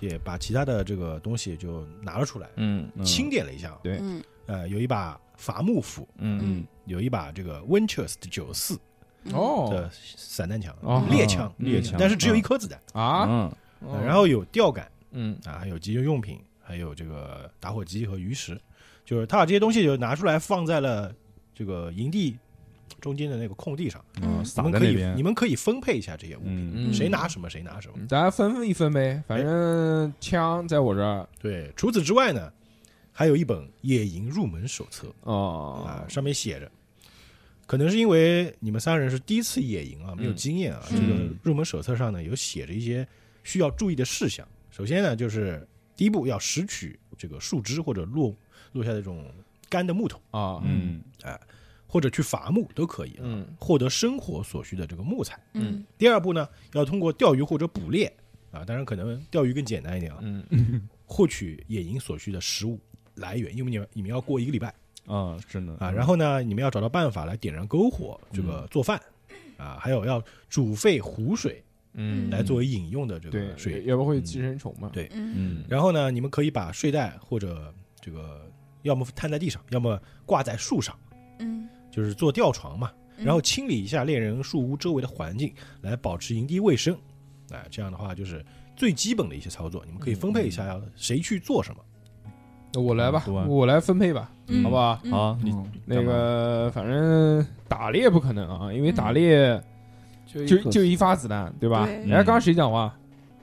也把其他的这个东西就拿了出来，嗯嗯清点了一下啊，对嗯呃，有一把伐木斧，嗯嗯有一把这个 Winchester 九四嗯哦的散弹枪哦，猎枪，嗯猎枪，但是只有一颗子弹，啊，啊，哦然后有钓竿嗯啊，还有急救用品，还有这个打火机和鱼食，就是他把这些东西就拿出来放在了这个营地中间的那个空地上，嗯，你撒们在可那以边你，们可以分配一下这些物品，嗯嗯谁拿什么谁拿什么。大家分一分呗，反正枪在我这儿对，除此之外呢，还有一本野营入门手册哦啊，上面写着，可能是因为你们三人是第一次野营啊，没有经验啊，嗯这个嗯入门手册上呢有写着一些需要注意的事项。首先呢，就是第一步要拾取这个树枝或者落落下的这种干的木头，啊嗯或者去伐木都可以啊，嗯获得生活所需的这个木材。嗯第二步呢，要通过钓鱼或者捕猎啊，当然可能钓鱼更简单一点啊，嗯获取野营所需的食物来源，因为你们你们要过一个礼拜啊，真的啊，然后呢，你们要找到办法来点燃篝火，这个做饭啊，还有要煮沸湖水嗯来作为饮用的这对个，水。要不会寄生虫嘛？对嗯嗯然后呢，你们可以把睡袋或者这个要么摊在地上，要么挂在树上，嗯就是做吊床嘛。嗯然后清理一下猎人树屋周围的环境，来保持营地卫生。啊，这样的话就是最基本的一些操作，你们可以分配一嗯下要谁去做什么。那我来吧，嗯对啊我来分配吧，嗯好不好？嗯好，你那个反正打猎不可能啊，因为打猎就就就一发子弹，对吧？嗯对哎，刚刚谁讲话？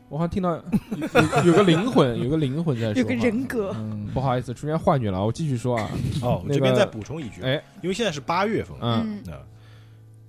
我好像听到 有有个灵魂，有个灵魂在说话。有个人格，嗯，不好意思，出现幻觉了，我继续说啊。哦，我那这边个再补充一句，哎，因为现在是八月份，嗯，啊，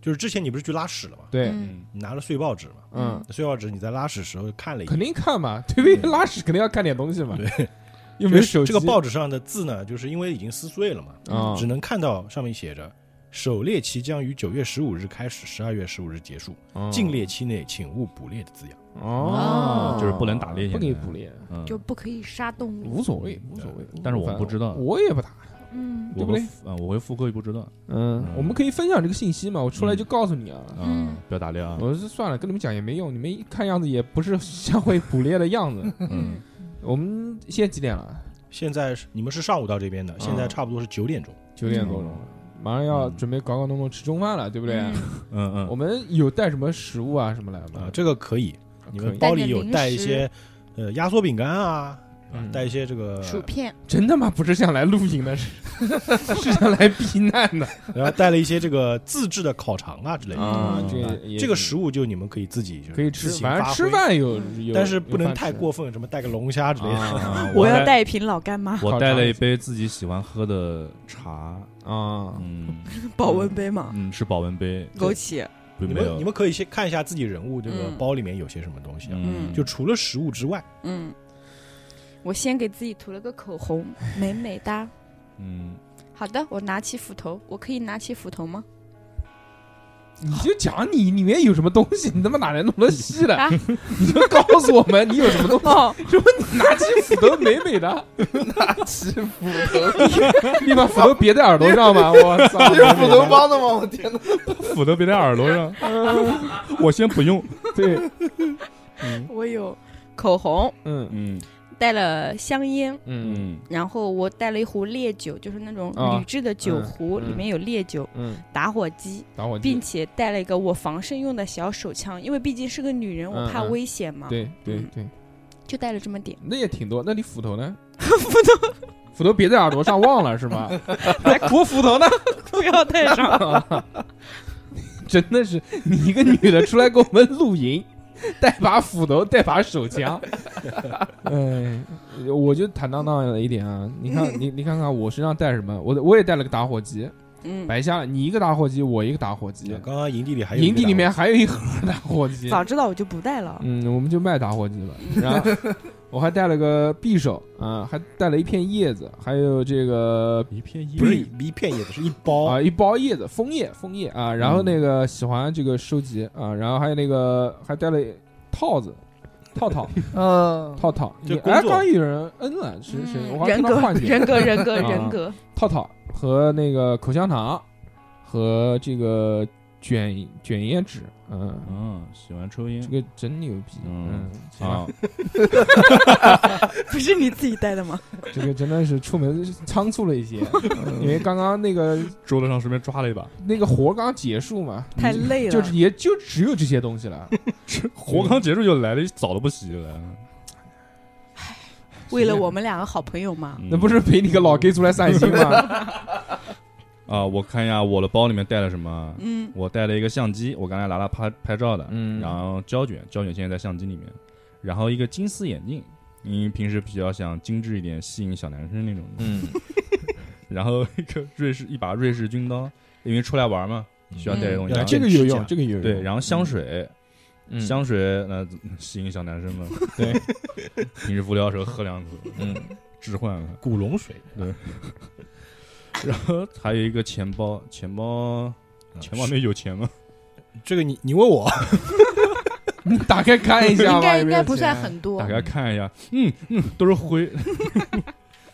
就是之前你不是去拉屎了嘛？对，嗯嗯你拿了碎报纸嘛？嗯，碎报纸你在拉屎时候看了一眼，肯定看嘛，对不对？拉屎肯定要看点东西嘛。对，又没就有是手机。这个报纸上的字呢，就是因为已经撕碎了嘛，啊只能看到上面写着“狩猎期将于九月十五日开始，十二月十五日结束，啊禁猎期内请勿捕猎”的字样。哦哦，就是不能打猎不现在给捕猎，嗯，就不可以杀动物。无所谓，无所谓。但是我反正不知道我也不打。嗯对我不会对啊，我会复刻一不知道嗯，我们可以分享这个信息嘛？我出来就告诉你啊。嗯啊，不要打猎啊，我是算了，跟你们讲也没用，你们一看样子也不是像会捕猎的 样子。 嗯我们现在几点了？现在是你们是上午到这啊边的，现在差不多是九点钟。九点多钟了，嗯马上要准备搞搞弄弄吃中饭了，对不啊对？嗯我嗯，们有带什么食物啊什么来啊吗，？这个可以，你可们以包里有带点零食带一些呃压缩饼干啊，嗯带一些这个，薯片，真他妈不是想来露营的，是 是想来避难的然后呃带了一些这个自制的烤肠啊之类的。啊！这啊也这个食物就你们可以自己就是可以自吃，行反发挥嗯正吃饭有，有但是不有能饭太吃过分，什么带个龙虾之类 的。 啊！嗯我要带带一瓶老干妈，我带了一杯自己喜欢喝的茶，啊，嗯 保温杯嘛，嗯，是保温杯，枸杞。不你没们有你们可以先看一下自己人物这个嗯包里面有些什么东西啊，嗯，就除了食物之外，嗯，我先给自己涂了个口红，美美哒。嗯，好的，我拿起斧头，我可以拿起斧头吗？ 你就讲你里面有什么东西，你他妈哪来那么多戏的啊？你就告诉我们你有什么东西， 哦，什么你拿起斧头美美的，欺负头， 你把斧头别在耳朵上 吗？我操！这是斧头帮的吗？我天哪！斧头别在耳朵 上，我先不用，对，我有口红，嗯嗯带了香烟，嗯嗯然后我带了一壶烈酒，就是那种啊铝制的酒嗯壶，嗯里面有烈酒、嗯，打火机，打火机，并且带了一个我防身用的小手枪，因为毕竟是个女人，我嗯怕嗯危险嘛，对对嗯对，就带了这么 点。那也挺多。那你斧头呢？ 斧头，斧头别在耳朵上，忘了是 吗？我斧 头呢？不要带上， 真的是你一个女的出来给我们露营， 带把斧头，带把手 枪，哎，我就坦荡荡的一点啊！你 看你你看看我身上带什么？我我也带了个打火机， 嗯，白瞎了，你一个打火机，我一个打火机，啊刚刚营地里还有一个嗯营地里面大还有一盒打火机，早知道我就不带了。嗯，我们就卖打火机 了。然后我还带了个匕首啊，还带了一片叶子，还有这个一片伙，叶不是一片叶子，是一包啊，一包叶子，枫叶，枫叶啊。然后那个喜欢这个收集啊，然后还有那个还带了套子，套套嗯，套套。就也工哎，作刚有人摁了，谁谁？嗯我好像人看到格幻觉。人格人格啊人格，套套和那个口香糖和这个卷卷烟纸，嗯。嗯，喜欢抽烟这个真牛逼，嗯嗯，行吧啊，不是你自己带的吗？这个真的是出门仓促了一 些，因为刚刚那个桌子上随便抓了一把，那个活刚结束嘛，太累了，就是也就只有这些东西 了。活刚结束就来了，澡都不洗了。为了我们两个好朋友嘛。嗯那不是陪你个老 gay 出来散心吗？啊？我看一下我的包里面带了什么。嗯，我带了一个相机，我刚才拿来拍拍照的，嗯然后胶卷，胶卷现在在相机里面，然后一个金丝眼镜，因为平时比较想精致一点，吸引小男生那种，嗯，然后一个瑞士一把瑞士军刀，因为出来玩嘛，需要带这东西，嗯然后这个有用，这个有用。对，然后香水，嗯香水那吸引小男生嘛， 对，平时无聊的时候喝两口， 嗯置换了。古龙水，然后还有一个钱包，钱包啊钱包里面有钱吗？啊这个你你问我，你 打开看一下应吧，该有应没有该不钱算。很多打，开看一下，嗯嗯，都是灰。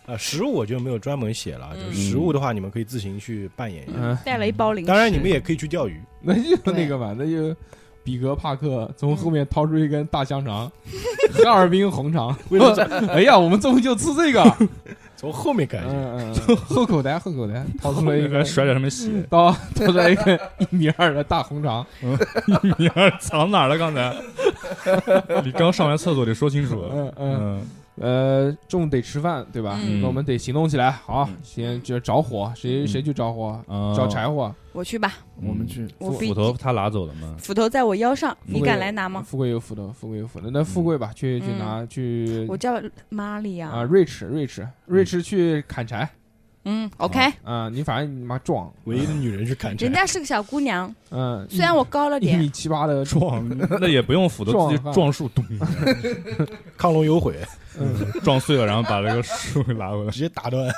啊，食物我就没有专门写了，啊就是食物的话，你们可以自行去扮演一下。嗯，带了一包零食。当然，你们也可以去钓鱼，那就那个吧，那就比格帕克从后面掏出一根大 香肠，哈尔滨红肠。 哎呀，我们中午就吃这个。从后面感觉。嗯嗯，嗯后口袋后口袋掏出了一应该个甩点上面血，刀， 掏出来一个一米二的大红肠。 你要藏哪儿了？刚才 你刚上完厕所，得说清楚。嗯嗯。嗯，呃，中午得吃饭，对吧？嗯那我们得行动起来。好嗯，先就着火，谁嗯谁去着火？啊嗯找柴火。我去吧，我们去，我必斧头他拿走了吗？斧头在我腰上，你敢来拿吗？富贵有福的，富贵有福的。那富贵吧，去去嗯拿去我叫玛丽亚。啊，瑞驰，瑞驰，瑞驰去砍柴嗯，OK，啊！你反正你妈壮，唯一的女人去砍柴人，家是个小姑娘，嗯，虽然我高了一一点，米七八的撞，那也不用斧头，撞自己撞树，咚，亢龙有悔，撞碎了，然后把那个树 给拿回来。直接打 断。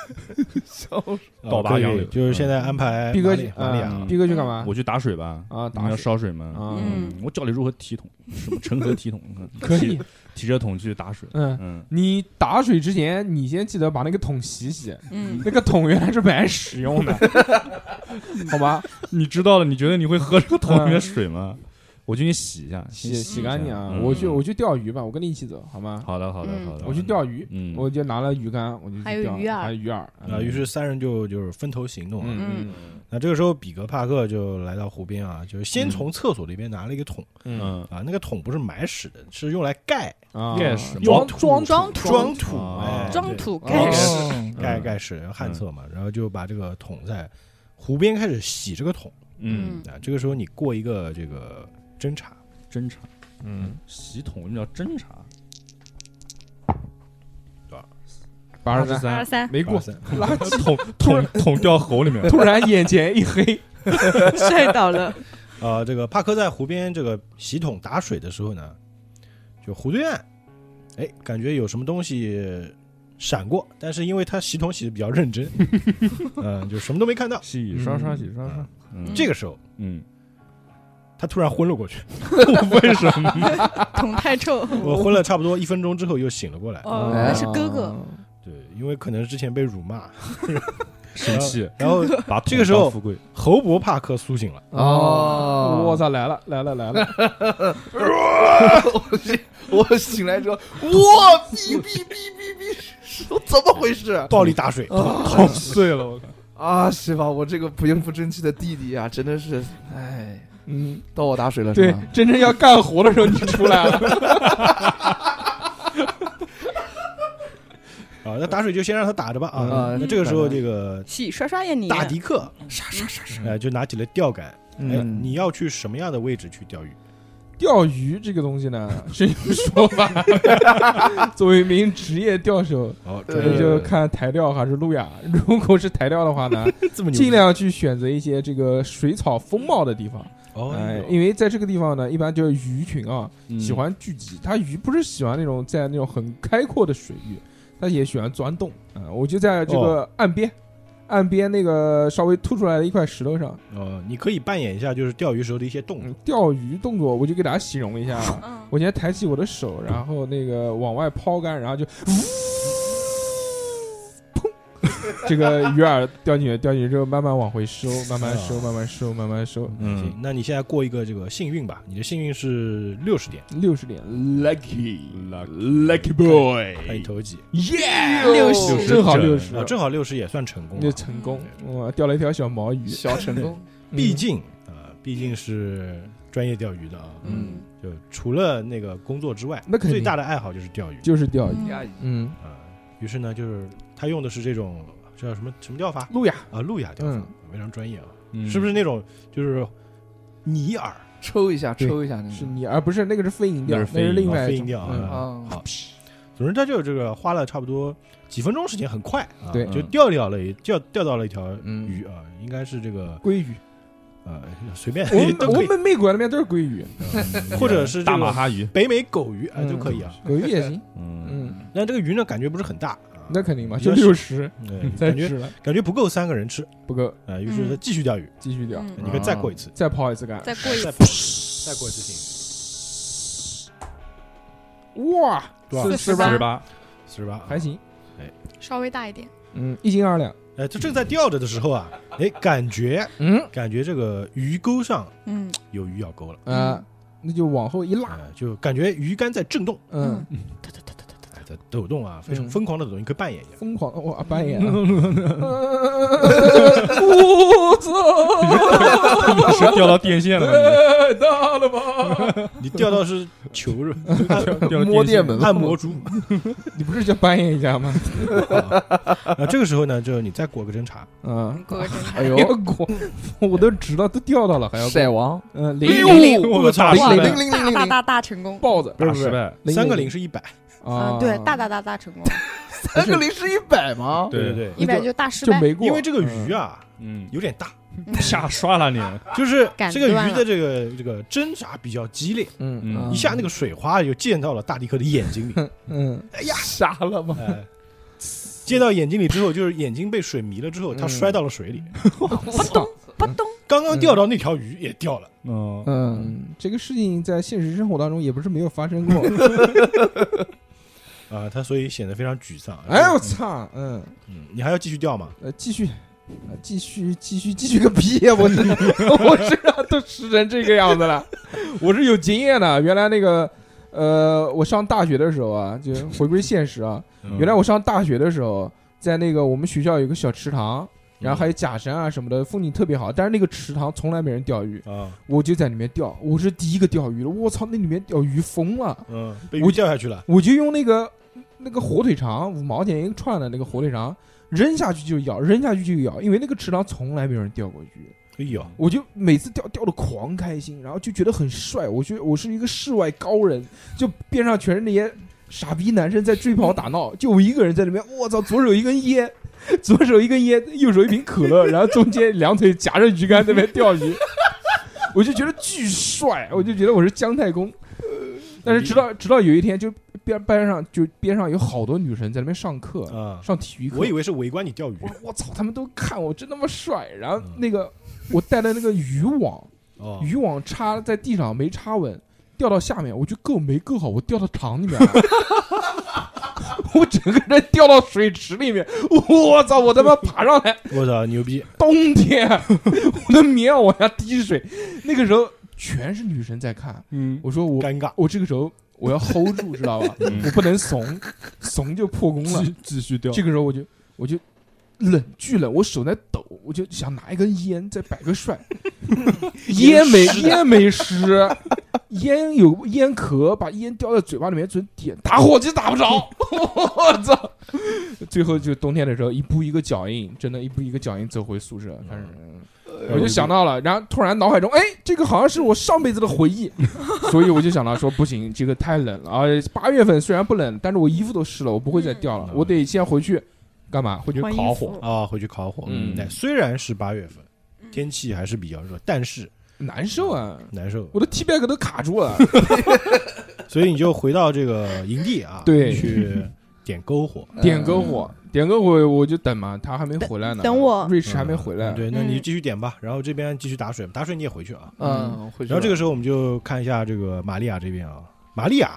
倒拔杨柳对就是现在安排嗯毕哥玛去丽，玛利亚啊嗯毕哥去干嘛我去打水吧，啊？你打们要水烧水吗？啊，嗯我教你如何提桶，什么成何提桶？可以，提着桶去打水。嗯。嗯，你打水之前，你先记得把那个桶洗洗。嗯，那个桶原来是本来使用的，好吧？你知道了，你觉得你会喝这个桶里嗯面水吗？我去给你洗一下，洗先洗一干下净啊！嗯我去我去钓鱼吧，我跟你一起走好吗？好的，好的，嗯好的。我去钓鱼，嗯，我就拿了鱼竿，我就去还有钓鱼饵还有鱼饵。啊，于是三人就就是分头行动啊。嗯那这个时候，比格帕克就来到湖边啊，就是先从厕所里边拿了一个桶嗯嗯，啊，那个桶不是埋屎的，是用来盖啊，盖屎装装装装土装土啊，哎装对土盖盖屎。屎嗯哦盖盖屎旱厕嘛，然后就把这个桶在湖边开始洗这个桶嗯，啊。这个时候你过一个这个侦查，侦查嗯，洗桶，那叫侦查。八十十三二三，三，没过，垃圾。 桶桶桶掉喉里面。突然眼前一黑， 摔倒了。呃，这个帕克在湖边这个洗桶打水的时候呢，就湖对岸，哎，感觉有什么东西闪过，但是因为他洗桶洗的比较认 真，嗯、就什么都没看到。洗刷刷洗刷刷嗯，嗯这个时候，嗯，他突然昏了过 去，为什么？桶太臭。哦我昏了差不多一分钟哦啊之后又醒了过来。哦，那是哥哥。对，因为可能之前被辱骂，生气， 然后把这个时候富贵，侯伯帕克苏醒嗯了，哦我操，来了来了来了，我醒我醒来之后，哇，哔哔哔哔哔，是怎么回事？暴力打水，哦好碎了，我靠，啊，是吧？我这个不应不争气的弟弟啊，真的是，哎，嗯，到我打水了，是对吧？，真正要干活的时候你出来了， 啊，那打水就先让他打着吧啊。嗯那这个时候，这个洗刷刷呀你，嗯大迪克啥啥啥啥？哎就拿起了钓竿，哎，嗯，你要去什么样的位置去钓鱼？钓鱼这个东西呢是有说法的， 作为一名职业钓手，哦，对那就看台钓还是路亚。 如果是台钓的话呢，这么牛逼尽量去选择一些这个水草丰茂的地方，哦哎，因为在这个地方呢，一般就是鱼群啊嗯喜欢聚集，它鱼不是喜欢那种在那种很开阔的水域，它也喜欢钻洞啊。我就在这个岸边，岸边那个稍微凸出来的一块石头上，哦，你可以扮演一下就是钓鱼时候的一些动嗯作，钓鱼动作，我就给大家形容一下啊。嗯，我先抬起我的手，然后那个往外抛竿，然后就， 砰，这个鱼饵掉进去，掉进去之后慢慢往回收，慢慢收，慢慢收，慢慢收，嗯行，那你现在过一个这个幸运吧，你的幸运是六十点，六十点， lucky lucky 看你 boy，投几耶，六十60正好整六十啊，，正好六十也算成功就了，成功，哇，钓了一条小毛鱼，小成功， 嗯毕竟啊，毕竟是专业钓鱼的啊，嗯，就除了那个工作之外，那肯定最大的爱好就是钓鱼，就是钓鱼，呀嗯，啊，于是呢，就是他用的是这种叫什么什么钓法路亚，啊，路亚钓法嗯，非常专业啊，嗯是不是那种就是泥饵抽一下，对抽一下那个，是你，而不是那个是飞蝇钓，那那是飞是蝇另啊外飞一蝇种钓嗯啊？啊，好，总之他就这个花了差不多几分钟时间，很快啊，对就钓掉了一钓钓到了一条嗯鱼啊，应该是这个鲑鱼，呃随便我们都我可以，嗯们美国那边都是鲑鱼，或者是这大个马哈鱼，北美狗鱼啊嗯就可以啊。狗鱼也行，嗯嗯，但这个鱼呢，感觉不是很大啊，那肯定嘛，比就较六十，对 再嗯感觉吃了感觉不够三个人吃不够，啊，于是他继续钓鱼，继续钓，你可以再过一次，啊再抛一次竿，嗯再过一再次，过 再过一次幸哇，多少四四十十八八四运，十十八，八还。行，稍微大一点，嗯，一斤二两，哎，他正在钓着的时候啊，哎，感觉嗯感觉这个鱼钩上嗯，有鱼咬钩了，啊，那就往后一拉，啊，就感觉鱼竿在震动，嗯，哎，在抖动啊，非常嗯疯狂的抖动，你可以扮演一下。疯狂哇，扮演，啊我操，是 掉到电线了，大了吧？ 你钓到是球是吧？ 你掉到摸电线门按摩珠你不是叫扮演一下吗？ 啊。那这个时候呢，就你再过个侦查，嗯，过个针哎呦还，要过，我都知道都钓到了，还要过骰王，嗯，零哎呦零零，我操零哇，零零 零零大零大零零，大大成功嗯豹子，不是打不失是，败，三个零是一百，啊，对，大大大大成功，三个零是一百吗？对对一百就大失就败，没对，过，因为这个鱼啊嗯，有点大， 啪刷了你， 就是感这个断鱼了的这个这个挣扎比较激烈，嗯，嗯一下那个水花就溅到了大迪克的眼睛 里，嗯哎呀，傻了吗？哎，溅到眼睛里之后，就是眼睛被水迷了之后，他嗯摔到了水里，扑咚扑咚，刚刚钓到那条鱼也掉了。 嗯，嗯，嗯，这个事情在现实生活当中也不是没有发生过。啊，他所以显得非常沮丧。哎，我操，嗯，嗯，你还要继续钓吗？呃，继续，呃继续，继续，继续个屁呀！我 我身上都湿成这个样子了，我是有经验的。原来那个，呃，我上大学的时候啊，就回归现实啊。嗯原来我上大学的时候，在那个我们学校有个小池塘，然后还有假山啊什么的，风景特别好。但是那个池塘从来没人钓鱼，啊，我就在里面钓，我是第一个钓鱼的。我操，那里面钓鱼疯了。嗯，被我鱼掉下去了。我就用那个那个火腿肠五毛钱一个串的那个火腿肠扔下去就咬，扔下去就咬，因为那个池塘从来没有人钓过哎鱼，呦，我就每次钓钓的狂开心，然后就觉得很帅，我觉得我是一个世外高人，就边上全是那些傻逼男生在追跑打闹，就我一个人在里面，我操，左手一根烟。左手一根烟，右手一瓶可乐，然后中间两腿夹着鱼竿在那边钓鱼，我就觉得巨帅，我就觉得我是姜太公。但是直到直到有一天，就边班上就边上有好多女生在那边上课，啊，上体育课。我以为是围观你钓鱼我说我操，他们都看我真他妈帅。然后嗯那个我带的那个渔网，哦，渔网插在地上没插稳，掉到下面，我就够没够好，我掉到塘里面了。 我整个人掉到水池里面，我操！我他妈爬上来，我操，牛逼！冬天我的棉袄往下滴水，那个时候全是女生在看。嗯，我说我尴尬，我哦这个时候我要 hold 住，知道吧？嗯我不能怂，怂就破功嗯了。继继续掉，这个时候我就我就冷巨冷，我手在抖，我就想拿一根烟再摆个帅，烟没烟没湿，烟有烟壳，把烟叼在嘴巴里面准点，打火机打不着， 我操！最后就冬天的时候，一步一个脚印，真的，一步一个脚印走回宿舍，开始。我就想到了，然后突然脑海中，哎，这个好像是我上辈子的回忆， 所以我就想到说，不行，这个太冷了啊！八月份虽然不冷，但是我衣服都湿了，我不会再掉了，嗯我得先回去干嘛？回去换衣烤服火。啊，回去烤火。嗯哎，虽然是八月份，嗯天气还是比较热，但是难受啊！难受，我的 T bag 都卡住了，所以你就回到这个营地啊，对去点篝火。点篝火，点篝火，我就等嘛，他还没回来呢，等我瑞士还没回来，嗯对，那你嗯继续点吧，然后这边继续打水，打水你也回去啊。嗯，回去然后这了个时候我们就看一下这个玛利亚这边啊，玛利亚，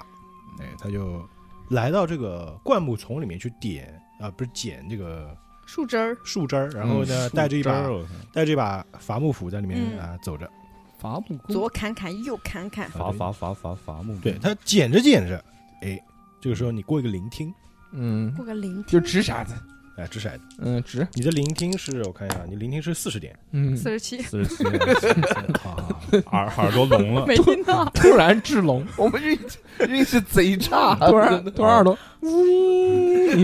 哎，他就来到这个灌木丛里面去点啊、不是捡这个树枝儿，树枝儿，然后呢、带着一把带着一把伐木斧在里面嗯啊、走着，啊伐木嗯工，左砍砍，右砍砍，伐伐伐伐伐木，嗯对，他捡着捡着，哎，这个时候你过一个聆听，嗯，过个聆就听，掷骰子，哎，掷骰子，嗯，掷，你的聆听是我看一下，你聆听是四十点，嗯，四十七，四 十七，好好好耳耳朵聋了，，没听到，突然掷龙， 我们运气运气贼差，突然突然耳朵，呜，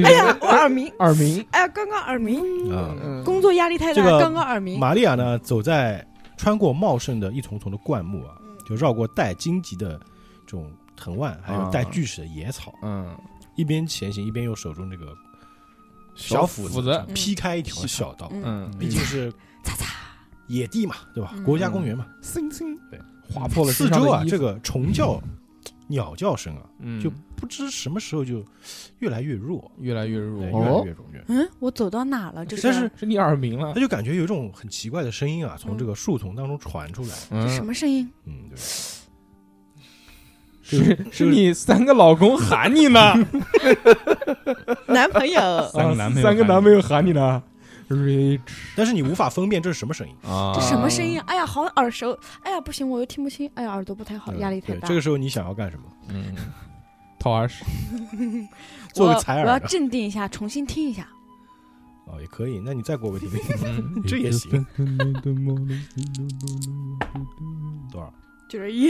哎呀，我耳鸣，耳鸣，哎呀，刚刚耳鸣，啊、嗯工作压力太大这，个刚刚耳 鸣，玛利亚呢，走在穿过茂盛的一丛丛的灌木啊，嗯就绕过带荆棘的这种藤蔓，还有带锯齿的野草，嗯，一边前行，一边用手中这个小斧斧子劈开一条小道，嗯嗯，毕竟是擦擦，野地嘛，对吧？嗯国家公园嘛，星星对，划破了四身上的周啊，衣服这个虫叫、鸟叫声啊，嗯就不知什么时候就越来越弱，越来越弱对，越来哦越弱。越来越弱嗯，我走到哪了？这但是是你耳鸣了他，就感觉有一种很奇怪的声音啊，从这个树丛当中传出来。这嗯什么声音？嗯，对，是是你三个老公喊你呢， 啊男朋 友啊三个男朋友三个男朋友喊你呢，Rich 但是你无法分辨这是什么声音。啊这什么声音？哎呀，好耳熟，哎呀，不行，我又听不清，哎呀，耳朵不太好，嗯压力太对大这。个时候你想要干什么？嗯，掏耳屎，做个我采我耳要的镇定一下，重新听一下。哦，也可以。那你再给我个提醒，嗯这也 行。多少？九十一，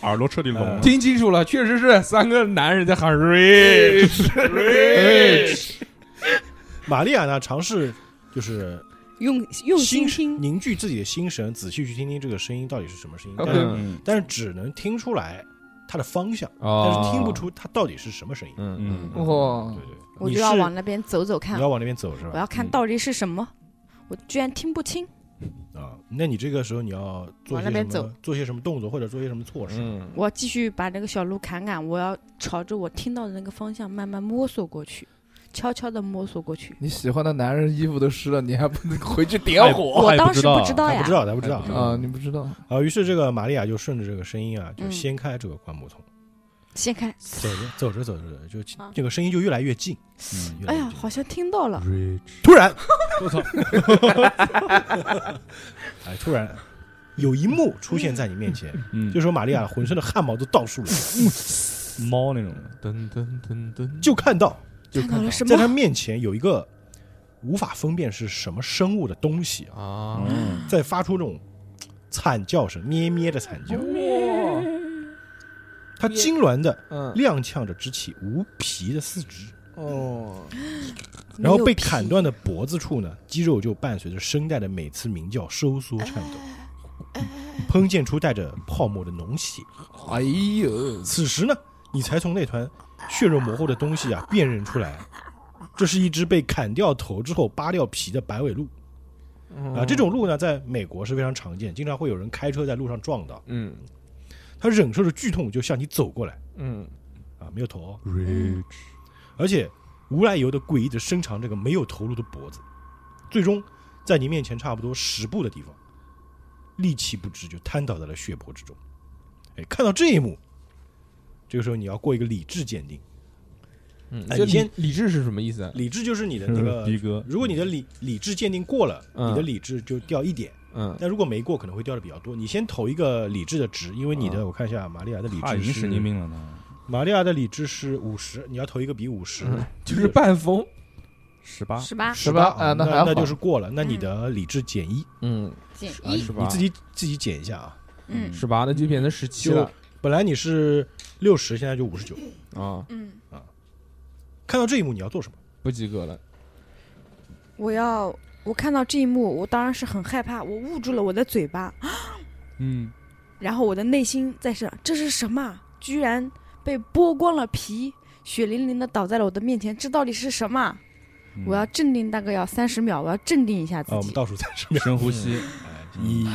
耳朵彻底聋了，听清楚了，确实是三个男人在喊 Rich Rich， 玛利亚呢？尝试就是用用心心听，凝聚自己的心神，仔细去听听这个声音到底是什么声音。但 OK 是嗯但是只能听出来它的方向，但但是听不，出它到底是什么声音。嗯哦嗯对哇，对，对我你就要是往那边走走看你，要嗯往那边走是我吧？要看到底是什么。我居然听不清，啊，那你这个时候你要做往些那什边么？做些什么动作或者做些什么措施？嗯，我要继续把那个小路砍砍，我要朝着我听到的那个方向慢慢摸索过去，悄悄的摸索过去。你喜欢的男人衣服都湿了，你还不能回去点火我当时不知道他呀不知，道，他不知道还不知道啊？你不知道，啊。于是这个玛利亚就顺着这个声音啊，就嗯掀开这个灌木丛，掀开，走着走着走着，就啊这个声音就越来越近。嗯，哎呀，好像听到了，突 然，我操！哎，突然有一幕出现在你面 前，嗯，这时候玛利亚浑身的汗毛都倒竖了，是猫那种的，噔噔噔噔，就看到就看到了什在么？她面前有一个无法分辨是什么生物的东西啊，啊，嗯，在发出这种惨叫嗯声，咩咩的惨叫。它痉挛的啊嗯，踉跄着支起无皮的四肢，哦，然后没有被皮砍断的脖子处呢，肌肉就伴随着声带的每次鸣叫收缩颤抖，喷溅出带着泡沫的脓血。哎呦，此时呢，你才从那团血肉模糊的东西啊辨认出来，这是一只被砍掉头之后扒掉皮的白尾鹿啊。这种鹿呢，在美国是非常常见，经常会有人开车在路上撞到。嗯它忍受着剧痛就向你走过来嗯啊，没有头哦， Rich 而且无来由的诡异的伸长这个没有头颅的脖子，最终在你面前差不多十步的地方，力气不支就瘫倒在了血泊之中。哎，看到这一幕，这个时候你要过一个理智鉴定，嗯，哎这你先理理智是什么意思啊？理智就是你的就那是 个逼哥，如果你的理理智鉴定过了，嗯你的理智就掉一点； 嗯，但如果没过，可能会掉的比较多。你先投一个理智的值，因为你的我看一下，玛利亚的理他智已经神经是病了呢，玛利亚的理智是五十，你要投一个比五十嗯就是半疯，十哎八，十八十18啊那那还好那就是过了。那嗯你的理智减一，嗯，减啊一是，吧？你自己自己减一下啊。嗯十八，那就变成十七就了本来你是六十，现在就五十九。啊，嗯，看到这一幕，你要做什么？不及格了。我要我看到这一幕，我当然是很害怕，我捂住了我的嘴巴，嗯，然后我的内心在想，这是什么啊？居然被剥光了皮，血淋淋的倒在了我的面前，这到底是什么啊？嗯我要镇定大概要三十秒，我要镇定一下自啊，我们己。倒数三十秒，嗯深呼吸，一，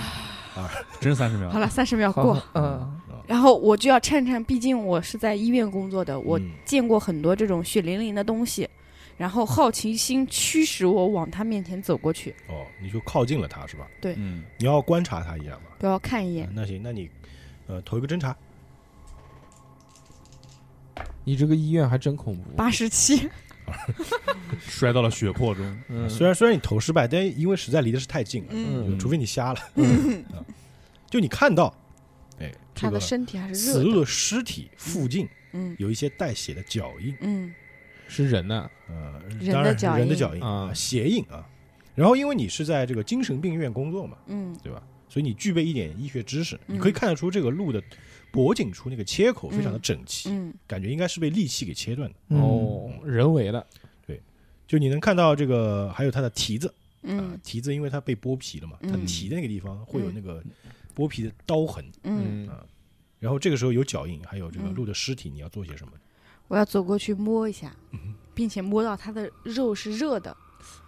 真三十秒好，了，三十秒好过。好嗯，然后我就要颤颤，毕竟我是在医院工作的，我嗯见过很多这种血淋淋的东西，然后好奇心驱使我往他面前走过去，哦，你就靠近了他是吧？嗯，你要观察他一下嘛。我要看一眼啊。那行，那你呃投一个侦查，你这个医院还真恐怖。八十七，摔到了血泊中，嗯，虽然虽然你投失败，但因为实在离的是太近了，嗯就除非你瞎了， 啊就你看到，哎，这他个的嗯身体还是死热路的。的尸体附近嗯有一些带血的脚印，嗯是人呢，呃，人当然的是脚人的印脚印啊鞋印啊。然后因为你是在这个精神病院工作嘛，嗯对吧？所以你具备一点医学知识，嗯你可以看得出这个路的脖颈处那个切口非常的整齐，嗯感觉应该是被利器给切断的。哦，人为的，就你能看到这个，还有它的蹄子，啊嗯，蹄子因为它被剥皮了嘛，它嗯蹄的那个地方会有那个剥皮的刀痕，嗯，嗯，然后这个时候有脚印，还有这个嗯鹿的尸体，你要做些什么？我要走过去摸一下，嗯并且摸到他的肉是热的，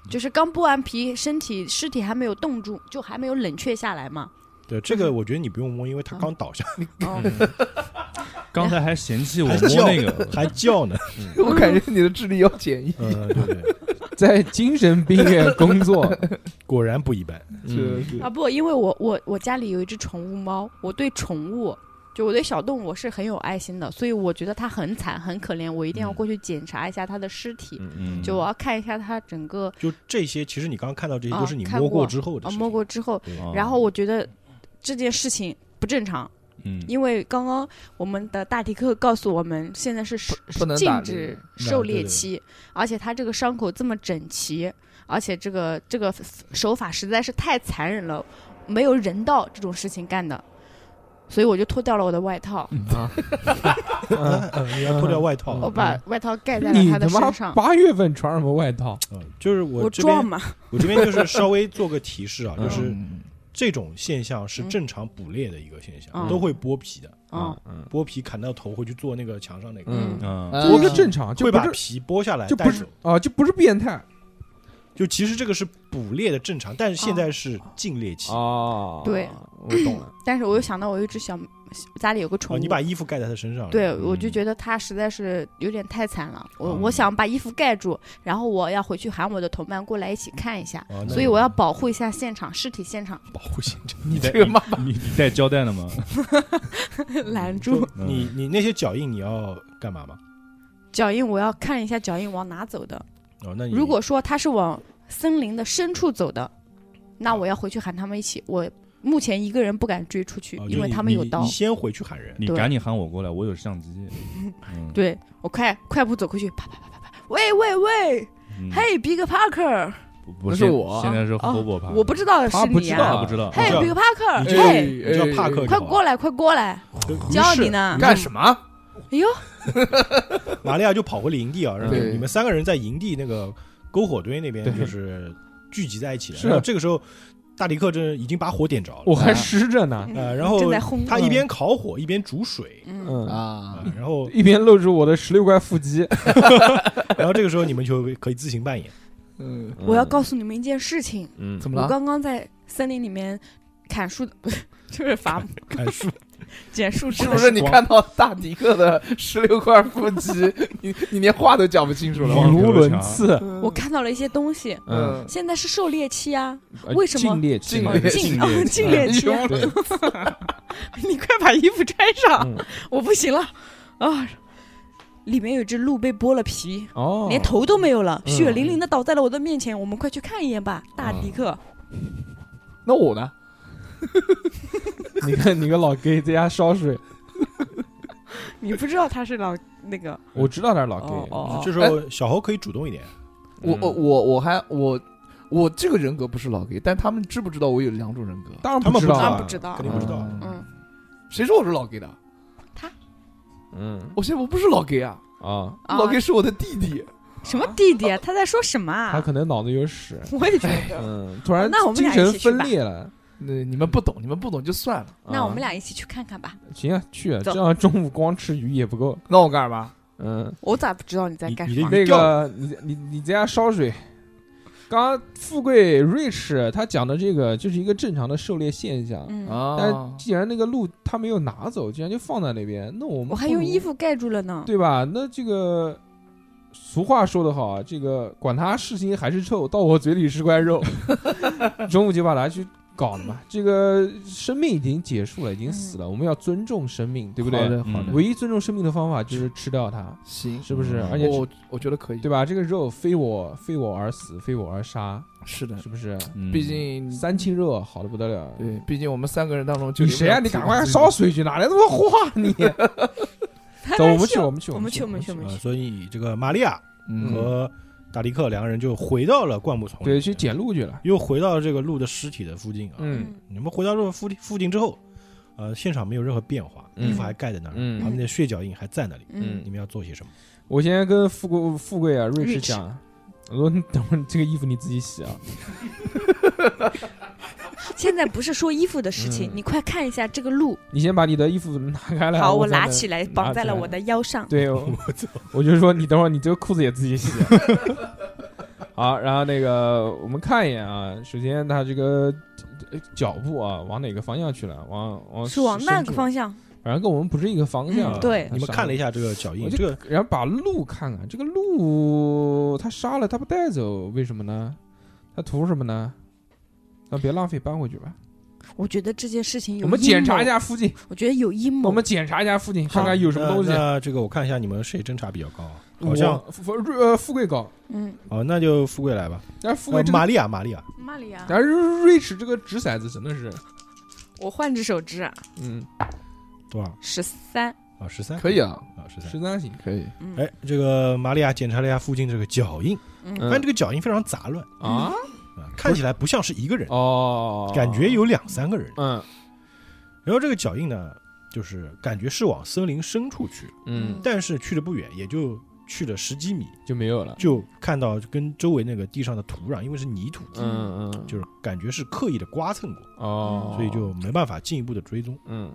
就是刚剥完皮，身体尸体还没有冻住，就还没有冷却下来嘛。对，这嗯个我觉得你不用摸，因为它刚倒下哦，刚才还嫌弃我还摸叫那个， 还叫呢，我感觉你的智力要减一，嗯，对对，在精神病院工作， 果然不一般。嗯啊不，因为我我我家里有一只宠物猫，我对宠物就我对小动物我是很有爱心的，所以我觉得它很惨很可怜，我一定要嗯过去检查一下它的尸体，嗯，就我要看一下它整个就这些，其实你刚刚看到这些啊都是你看摸过之后的啊事情摸，过之后，哦然后我觉得这件事情不正常，嗯，因为刚刚我们的大体课告诉我们现在是是不能打禁猎止那狩对猎对期，而且它这个伤口这么整齐，而且这个这个手法实在是太残忍了，没有人道这种事情干的，所以我就脱掉了我的外套，啊，嗯嗯，你要脱掉外套我啊，把外套盖在你了他的妈身上，八月份穿什么外套？嗯，就是我这壮边嘛，我这边就是稍微做个提示 啊，嗯就是这种现象是正常捕猎的一个现象，嗯都会剥皮的，嗯，嗯剥皮砍到头会去做那个墙上那个，嗯，嗯，嗯我们正常，就呃会不把是皮剥下来就带不走是。啊，就不是变态就其实这个是捕猎的正常，但是啊现在是禁猎期。哦啊对，我懂了，但是我又想到我有一只小家里有个哦，宠物你，把衣服盖在他身上了。对，我就嗯觉得他实在是有点太惨了。我嗯我想把衣服盖住，然后我要回去喊我的同伴过来一起看一下，哦那所以我要保护一下现场尸体现场， 保护性质。你这个妈你你带胶带了吗？拦就住嗯你你那些脚印你要干嘛吗？脚印。我要看一下脚印往哪走的。哦，那你如果说他是往森林的深处走的，那我要回去喊他们一起。我目前一个人不敢追出去，哦就因为你他们有你刀你。先回去喊人。你对赶紧喊我过来，我有相机。嗯，对我快快步走过去，啪啪啪啪啪，喂喂喂，嗯，嘿，Big Parker，啊不那不是现我现在是哦 Hobo 吧？我不知道是他不你知道啊他，不知道，哦嘿道，Big Parker，你这嘿。你叫呃帕克就啊快好，过来，快过来！就于教是你呢干什么？哎呦，嗯玛利亚就跑回了营地啊，然后对你们三个人在营地那个篝火堆那边对就是聚集在一起了。是然后这个时候，大迪克这已经把火点着了，我还湿着呢，呃，然后正在烘他一边烤火一边煮水，嗯啊嗯，嗯啊，然后一边露出我的十六块腹肌，然后这个时候你们就可以自行扮演。嗯，我要告诉你们一件事情，嗯怎么我了？刚刚在森林里面砍树的， 不是就是伐砍树，捡树枝是的不时候，是你看到大迪克的十六块腹 肌，你你连话都讲不清楚语了网吗？无伦次，我看到了一些东西。嗯，嗯，现在是狩猎期啊，呃为什么禁猎期禁嘛猎禁禁哦 猎期嗯禁猎期啊，嗯对，你快把衣服穿上，嗯我不行了，啊，里面有一只鹿被剥了皮，哦，连头都没有了，嗯血淋淋的倒在了我的面前。我们快去看一眼吧，大迪克。那我呢？你看你个老 gay 在家烧水，你不知道他是老那个我知道他是老 gay，嗯哦哦这哦，时候小猴可以主动一点，我我我我还我我这个人格不是老 gay，但他们知不知道我有两种人格？当然他们知不道知道他啊啊，不知肯，道定不知道。嗯，谁说我是老 gay 的？嗯我现在我不是老 gay 啊，啊，啊老 gay 是我的弟弟。什么弟弟啊？他在说什么他啊？可能脑子有屎，我也觉得。嗯，突然那我们精俩神一起去分吧裂了。那你们不懂，你们不懂就算了。那我们俩俩一起去看看吧。行啊，去啊，走这样中午光吃鱼也不够。那我干什么？嗯，我咋不知道你在你干你什的么？鱼那钓个你你你在家烧水。刚刚富贵 rich 他讲的这个就是一个正常的狩猎现象，嗯，啊哦但，既然那个鹿他没有拿走，竟然就放在那边，那我们我还不用如衣服盖住了呢。嗯对吧？那这个俗话说得好啊，这个管他是腥还是臭，到我嘴里是块肉。 中午就把它去搞了嘛。这个生命已经结束了，已经死了，我们要尊重生命，对不好对？的好嗯的，唯一尊重生命的方法就是吃掉它，行，是不是？嗯而且我我觉得可以。对吧？这个肉非我非我而死，非我而杀，是的，是不是？嗯 毕竟三清肉好的不得了。对，毕竟我们三个人当中就你谁啊？你赶快烧水去，哪来那么多话你？走，我们去，我们去，我们去，我们去，我们呃，去。所以这个玛利亚嗯，和达迪克两个人就回到了灌木丛里，对，去捡鹿去了。又回到这个鹿的尸体的附近啊。嗯你们回到这个附近附近之后，呃，现场没有任何变化，嗯衣服还盖在那儿，嗯旁边的血脚印还在那呃里。嗯你们要做些什么？我先跟富贵富贵啊瑞士 Rich 讲，我说你等会儿这个衣服你自己洗啊。现在不是说衣服的事情，嗯你快看一下这个鹿。你先把你的衣服拿开来。好，我我拿再起来，绑在了我。的腰上。对，我 我就说你等会儿你这个裤子也自己洗。啊 好，然后那个我们看一眼啊，首先他这个呃脚步啊往哪个方向去了？往往是往那深个处，方向，反正跟我们不是一个方向啊。嗯对呃你们看了一下这个脚印，我就这个然后把鹿看看，这个鹿他杀了他不带走，为什么呢？他图什么呢？那别浪费搬回去吧。我觉得这件事情有我们阴检查谋一，下附近，我觉得有阴谋。我们检查一下附近，看看有什么东西那。那这个我看一下，你们谁侦查比较高啊？我好像富呃富贵高，嗯，哦，那就富贵来吧。但是富呃贵这个，玛利亚，玛利亚，玛利亚，但是瑞驰这个掷骰子真的是，我换只手指，嗯，多少？十三。啊，十三，可以啊，啊，十三。十三行，可以。嗯哎，这个玛利亚检查了一下附近这个脚印，发现嗯这个脚印非常杂乱啊啊，看起来不像是一个人，哦，感觉有两三个人。嗯然后这个脚印呢，就是感觉是往森林深处去，嗯但是去的不远，也就去了十几米，就没有了，就看到跟周围那个地上的土壤，因为是泥土，嗯嗯就是感觉是刻意的刮蹭过，哦，嗯所以就没办法进一步的追踪。嗯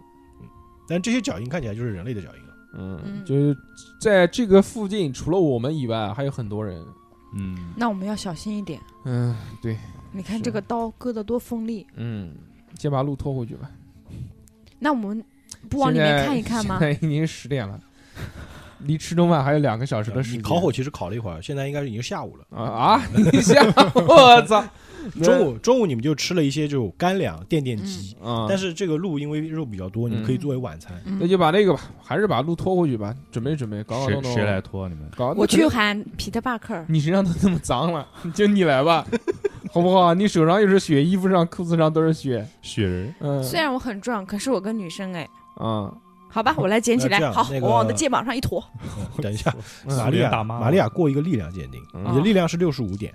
但这些脚印看起来就是人类的脚印了。嗯，嗯就是在这个附近，除了我们以外，还有很多人，嗯，那我们要小心一点。嗯对，你看是这个刀割得多锋利，嗯，先把鹿拖回去吧，那我们不往里现面在看一看吗 现？在已经十点了，离吃中饭还有两个小时的时你间。烤火其实烤了一会儿，现在应该已经下午了。啊啊！你想，我 操，中午中午你们就吃了一些这种干粮垫垫饥，啊，但是这个鹿因为肉比较多，嗯你们可以作为晚 餐。那就把那个吧，还是把鹿拖回去吧，准备准备，搞搞谁弄弄。谁来？拖你们？搞我去。喊彼得·帕克尔。你身上都那么脏了，就你来 吧，好不好？你手上又是血，衣服上、裤子上都是血。雪人，嗯，虽然我很壮，可是我跟女生哎，啊，好吧，我来捡起那这来，样好，那我往我个的肩膀上一驮。嗯等一下，玛利嗯亚苏联大妈玛利亚过一个力量鉴定，嗯啊你的力量是六十五点，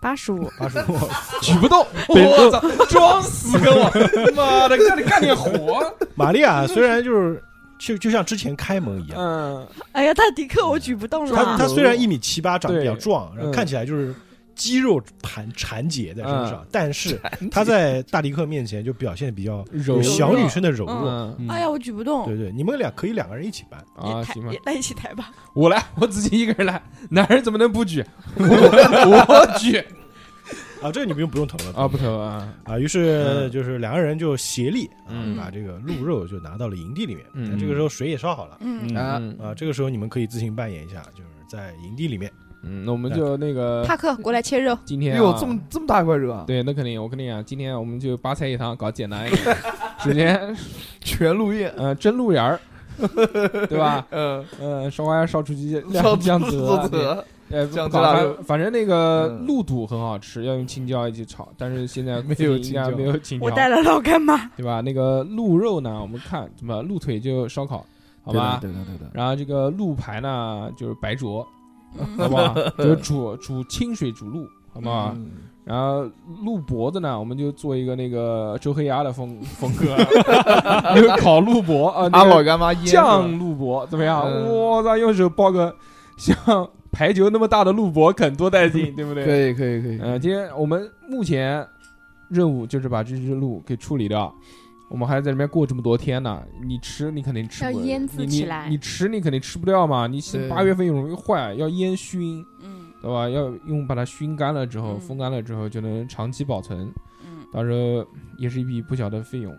八十五，八十 五。举不动，我操，装死跟我， 妈的，干你干点 活。玛利亚虽然就是就就像之前开门一样，嗯， 哎呀，大迪克，我举不动她了。她虽然一米七八，长得比较对壮，然后嗯嗯看起来就是肌肉盘缠结在身上，但是她在大迪克面前就表现得比较柔有小弱女生的柔嗯弱。嗯哎呀，我举不动对。对，你们俩可以两个人一起搬，啊，抬行吧也，来一起抬吧。我来，我自己一个人来，男人怎么能不举？ 我我举啊，这个你们就不用投了啊，不投啊，啊，于是嗯就是两个人就协力啊嗯，把这个鹿肉就拿到了营地里面。嗯那这个时候水也烧好了嗯嗯啊嗯啊，这个时候你们可以自行扮演一下，就是在营地里面嗯，那我们就那个帕克过来切肉，今天啊有这么这么大一块肉啊，对，那肯定，我跟你讲，今天我们就八菜一汤搞简单一点，直接全鹿宴，呃蒸鹿眼儿，对吧？ 嗯，呃，烧花鸭、烧雏鸡、上酱酱子子，呃，酱搞子腊反肉反正那个嗯鹿肚很好吃，要用青椒一起炒，但是现 在没有附近应该青椒没有青椒我，带了老干妈，对吧？那个鹿肉呢，我们看怎么鹿腿就烧烤，好吧？对的对的，然后这个鹿排呢，就是白 灼，好不好？就是煮煮清水煮鹿，好不好？嗯然后鹿脖子呢，我们就做一个那个周黑鸭的风风 格，就是烤鹿脖啊，阿那老个干妈腌是吧酱鹿脖怎么样？嗯我操，用手抱个像排球那么大的鹿脖啃，多带 劲，对不可对？以可以可以，嗯，今天我们目前任务就是把这只鹿给处理掉。我们还在里面过这么多天呢，你吃你肯定吃不要腌制你起你来你吃你肯定吃不掉嘛。你现对八月份有容易坏，要烟熏，嗯对吧？要用把它熏干了之后，嗯风干了之后就能长期保存， 嗯，到时候也是一笔不小的费用。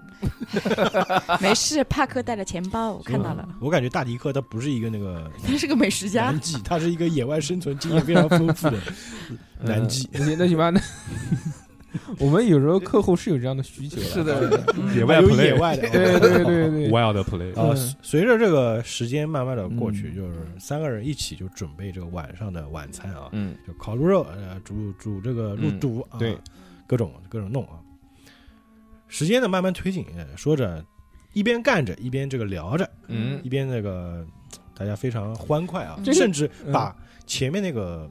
没事，帕克带了钱包，我看到了，我感觉大迪克他不是一个那个他 是个美食家南，极，他是一个野外生存经验非常丰 富的。南极嗯，那那行吧，那我们有时候客户是有这样的需求是的，是的野还外啊有野 play，wild 外 的，对对对对 play，啊，嗯随随着这个时间慢慢的过去，嗯就是三个人一起就准备这个晚上的晚餐啊，嗯就烤鹿肉，呃，煮煮这个鹿嗯肚啊，对，各种各种弄啊。时间呢慢慢推进，呃说着一边干着一边这个聊着，嗯一边那个大家非常欢快啊，这甚至嗯把前面那个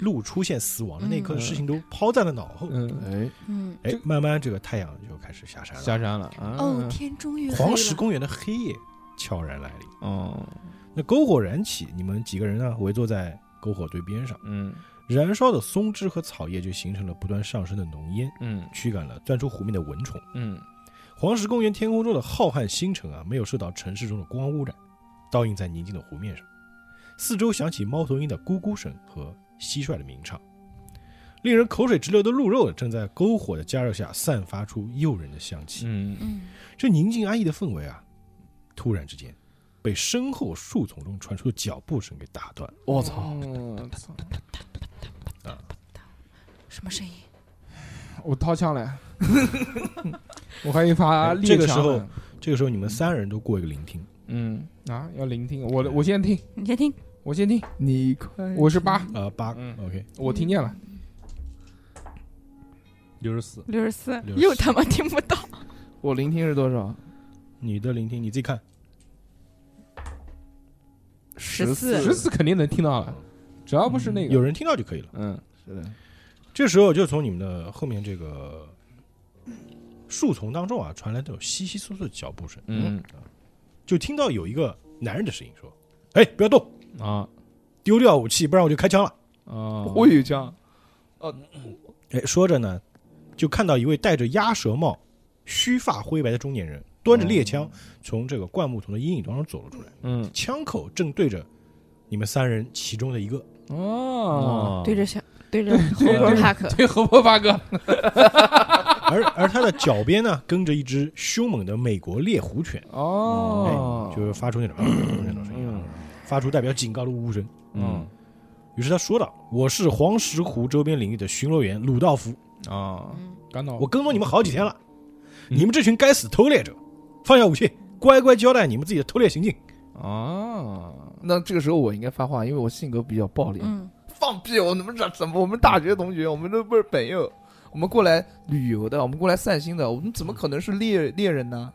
鹿出现死亡的那一刻的事情都抛在了脑后。嗯，哎，嗯，哎，慢慢这个太阳就开始下山了，下山了啊。哦，天终于黑黄石了，公园的黑夜悄然来临。哦，那篝火燃起，你们几个人呢围坐在篝火堆边上，嗯燃烧的松枝和草叶就形成了不断上升的浓烟，嗯驱赶了钻出湖面的蚊虫。嗯黄石公园天空中的浩瀚星辰啊，没有受到城市中的光污染，倒映在宁静的湖面上。四周响起猫头鹰的咕咕声和蟋蟀的鸣唱，令人口水直流的鹿肉正在篝火的加热下散发出诱人的香气。嗯嗯，这宁静安逸的氛围啊，突然之间被身后树丛中传出的脚步声给打断。我操，哦操！什么声音？我掏枪了， 我还有一发哎这猎个枪时候呢这个时候，你们三人都过一个聆听嗯啊，要聆听我的，我先听，你先听，我先听，你快，我是八，啊，八嗯 OK 我听见了，六十四，六十四64又他妈听不到，我聆听是多少？你的聆听你自己看， 14十四肯定能听到了，只要不是那个有人听到就可以了。嗯是的，这时候就从你们的后面这个树丛当中啊传来那种窸窸窣窣的脚步声，嗯就听到有一个男人的声音说：“哎，不要动，啊丢掉武器，不然我就开枪了。啊，我有枪，”哎，说着呢，就看到一位戴着鸭舌帽、须发灰白的中年人，端着猎枪从这个灌木丛的阴影当中走了出来，嗯枪口正对着你们三人其中的一个。啊哦，啊对着小对着后对边对帕克，对，河伯八哥，而而他的脚边呢，跟着一只凶猛的美国猎狐犬，哦哎，，就是发出那种那种声音啊，发出代表警告的呜声。嗯于是他说道：“我是黄石湖周边领域的巡逻员鲁道夫，哦啊，嗯干到我跟踪你们好几天了，你们这群该死偷猎者，放下武器，乖乖交代你们自己的偷猎行径。啊，哦那这个时候我应该发话，因为我性格比较暴力。嗯放屁！我们这怎么？我们大学同学，我们都不是朋友，我们过来旅游的，我们过来散心的，我们怎么可能是猎猎人呢？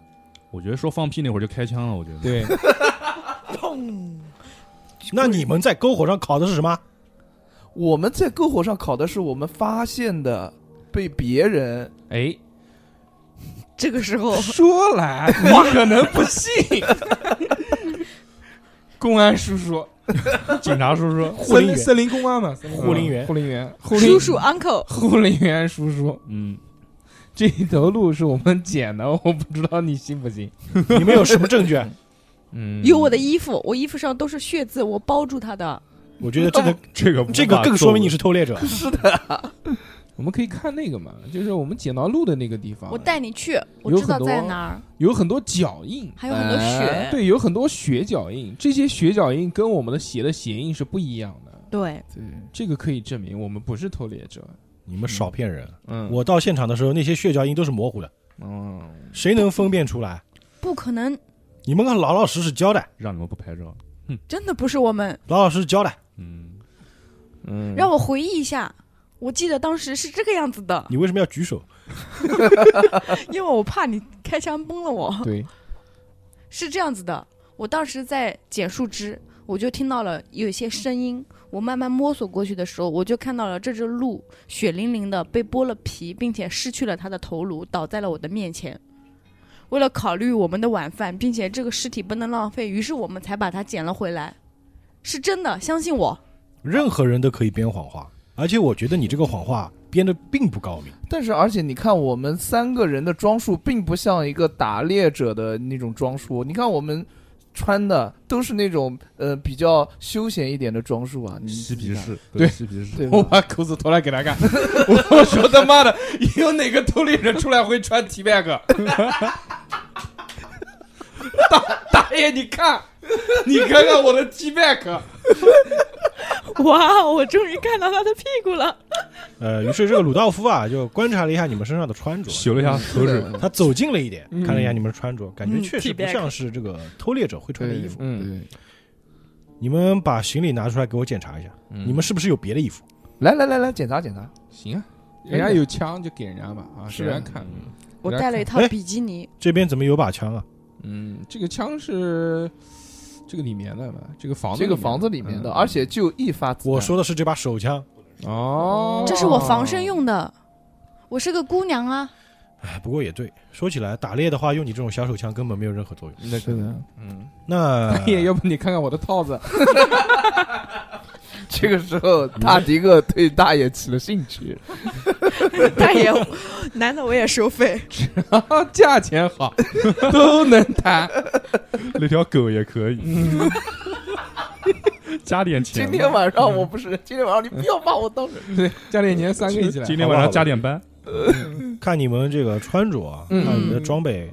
我觉得说放屁那会儿就开枪了，我觉得。对，那你们在篝火上烤的是什么？我们在篝火上烤的是我们发现的，被别人 哎，这个时候说来 你可能不信， 公安叔叔，警察叔叔，护林员森森林公安嘛，森护林员护林员，护林叔叔 uncle 护林员叔叔，嗯，这一头鹿是我们捡的，我 不知道你信不信，你们有什么证据？啊嗯，有我的衣服，我衣服上都是血渍，我包住他的，我觉得这个这个这个更说明你是偷猎者。我们可以看那个嘛，就是我们捡到鹿的那个地方，我带你去，我啊有知道很多在哪儿，有很多脚印，还有很多啊哎血，对，有很多血脚印，这些血脚印跟我们的鞋的鞋印是不一样的。对，对，这个可以证明我们不是偷猎者。你们少骗人！嗯，我到现场的时候，那些血脚印都是模糊的，嗯，谁能分辨出来？不可能，你们老老实实交代，让你们不拍照。真的不是我们。老老实实交代。嗯，嗯让我回忆一下，我记得当时是这个样子的，你为什么要举手？因为我怕你开枪崩了我。对，是这样子的，我当时在捡树枝，我就听到了有一些声音。我慢慢摸索过去的时候，我就看到了这只鹿血淋淋的被剥了皮，并且失去了它的头颅，倒在了我的面前。为了考虑我们的晚饭，并且这个尸体不能浪费，于是我们才把它捡了回来。是真的，相信我。任何人都可以编谎话，而且我觉得你这个谎话编的并不高明。但是而且你看，我们三个人的装束并不像一个打猎者的那种装束。你看我们穿的都是那种呃比较休闲一点的装束啊，你嬉皮，士，对嬉皮士，对吧我把裤子脱来给他看， 我说他妈的，有哪个偷猎人出来会穿 T bag？大大爷，你看，你看看我的 T bag， 哇，哦我终于看到他的屁股了。呃，于是这个鲁道夫啊，就观察了一下你们身上的穿着，修了一下头是饰，的他走近了一点，嗯看了一下你们的穿着，感觉嗯确实不 T-back 像是这个偷猎者会穿的衣服。嗯，你们把行李拿出来给我检查一下，嗯你们是不是有别的衣服？来来来来，检查检查，行啊，人家有枪就给人家吧，啊，是给人家看。我给人家带了一看套哎比 基尼，这边怎么有把枪啊？嗯，这个枪是这个里面的吧？这个房子这里面的，个房子里面的，嗯而且就一发子弹。我说的是这把手枪，哦，这是我防身用的。我是个姑娘 啊，哎，不过也对，说起来打猎的话，用你这种小手枪根本没有任何作用。那是 的，嗯，那 大爷，要不你看看我的套 子？这个时候大迪克对大爷 起了兴趣，大爷， 男的我也收费。啊，价钱好， 都能谈。那条狗也可以， 加点钱今吧。天晚上我不是，今天晚上你不要把我当人。对，加点钱三个一起来。今天晚上加点班，看你们这个穿着啊，嗯看你们的装备，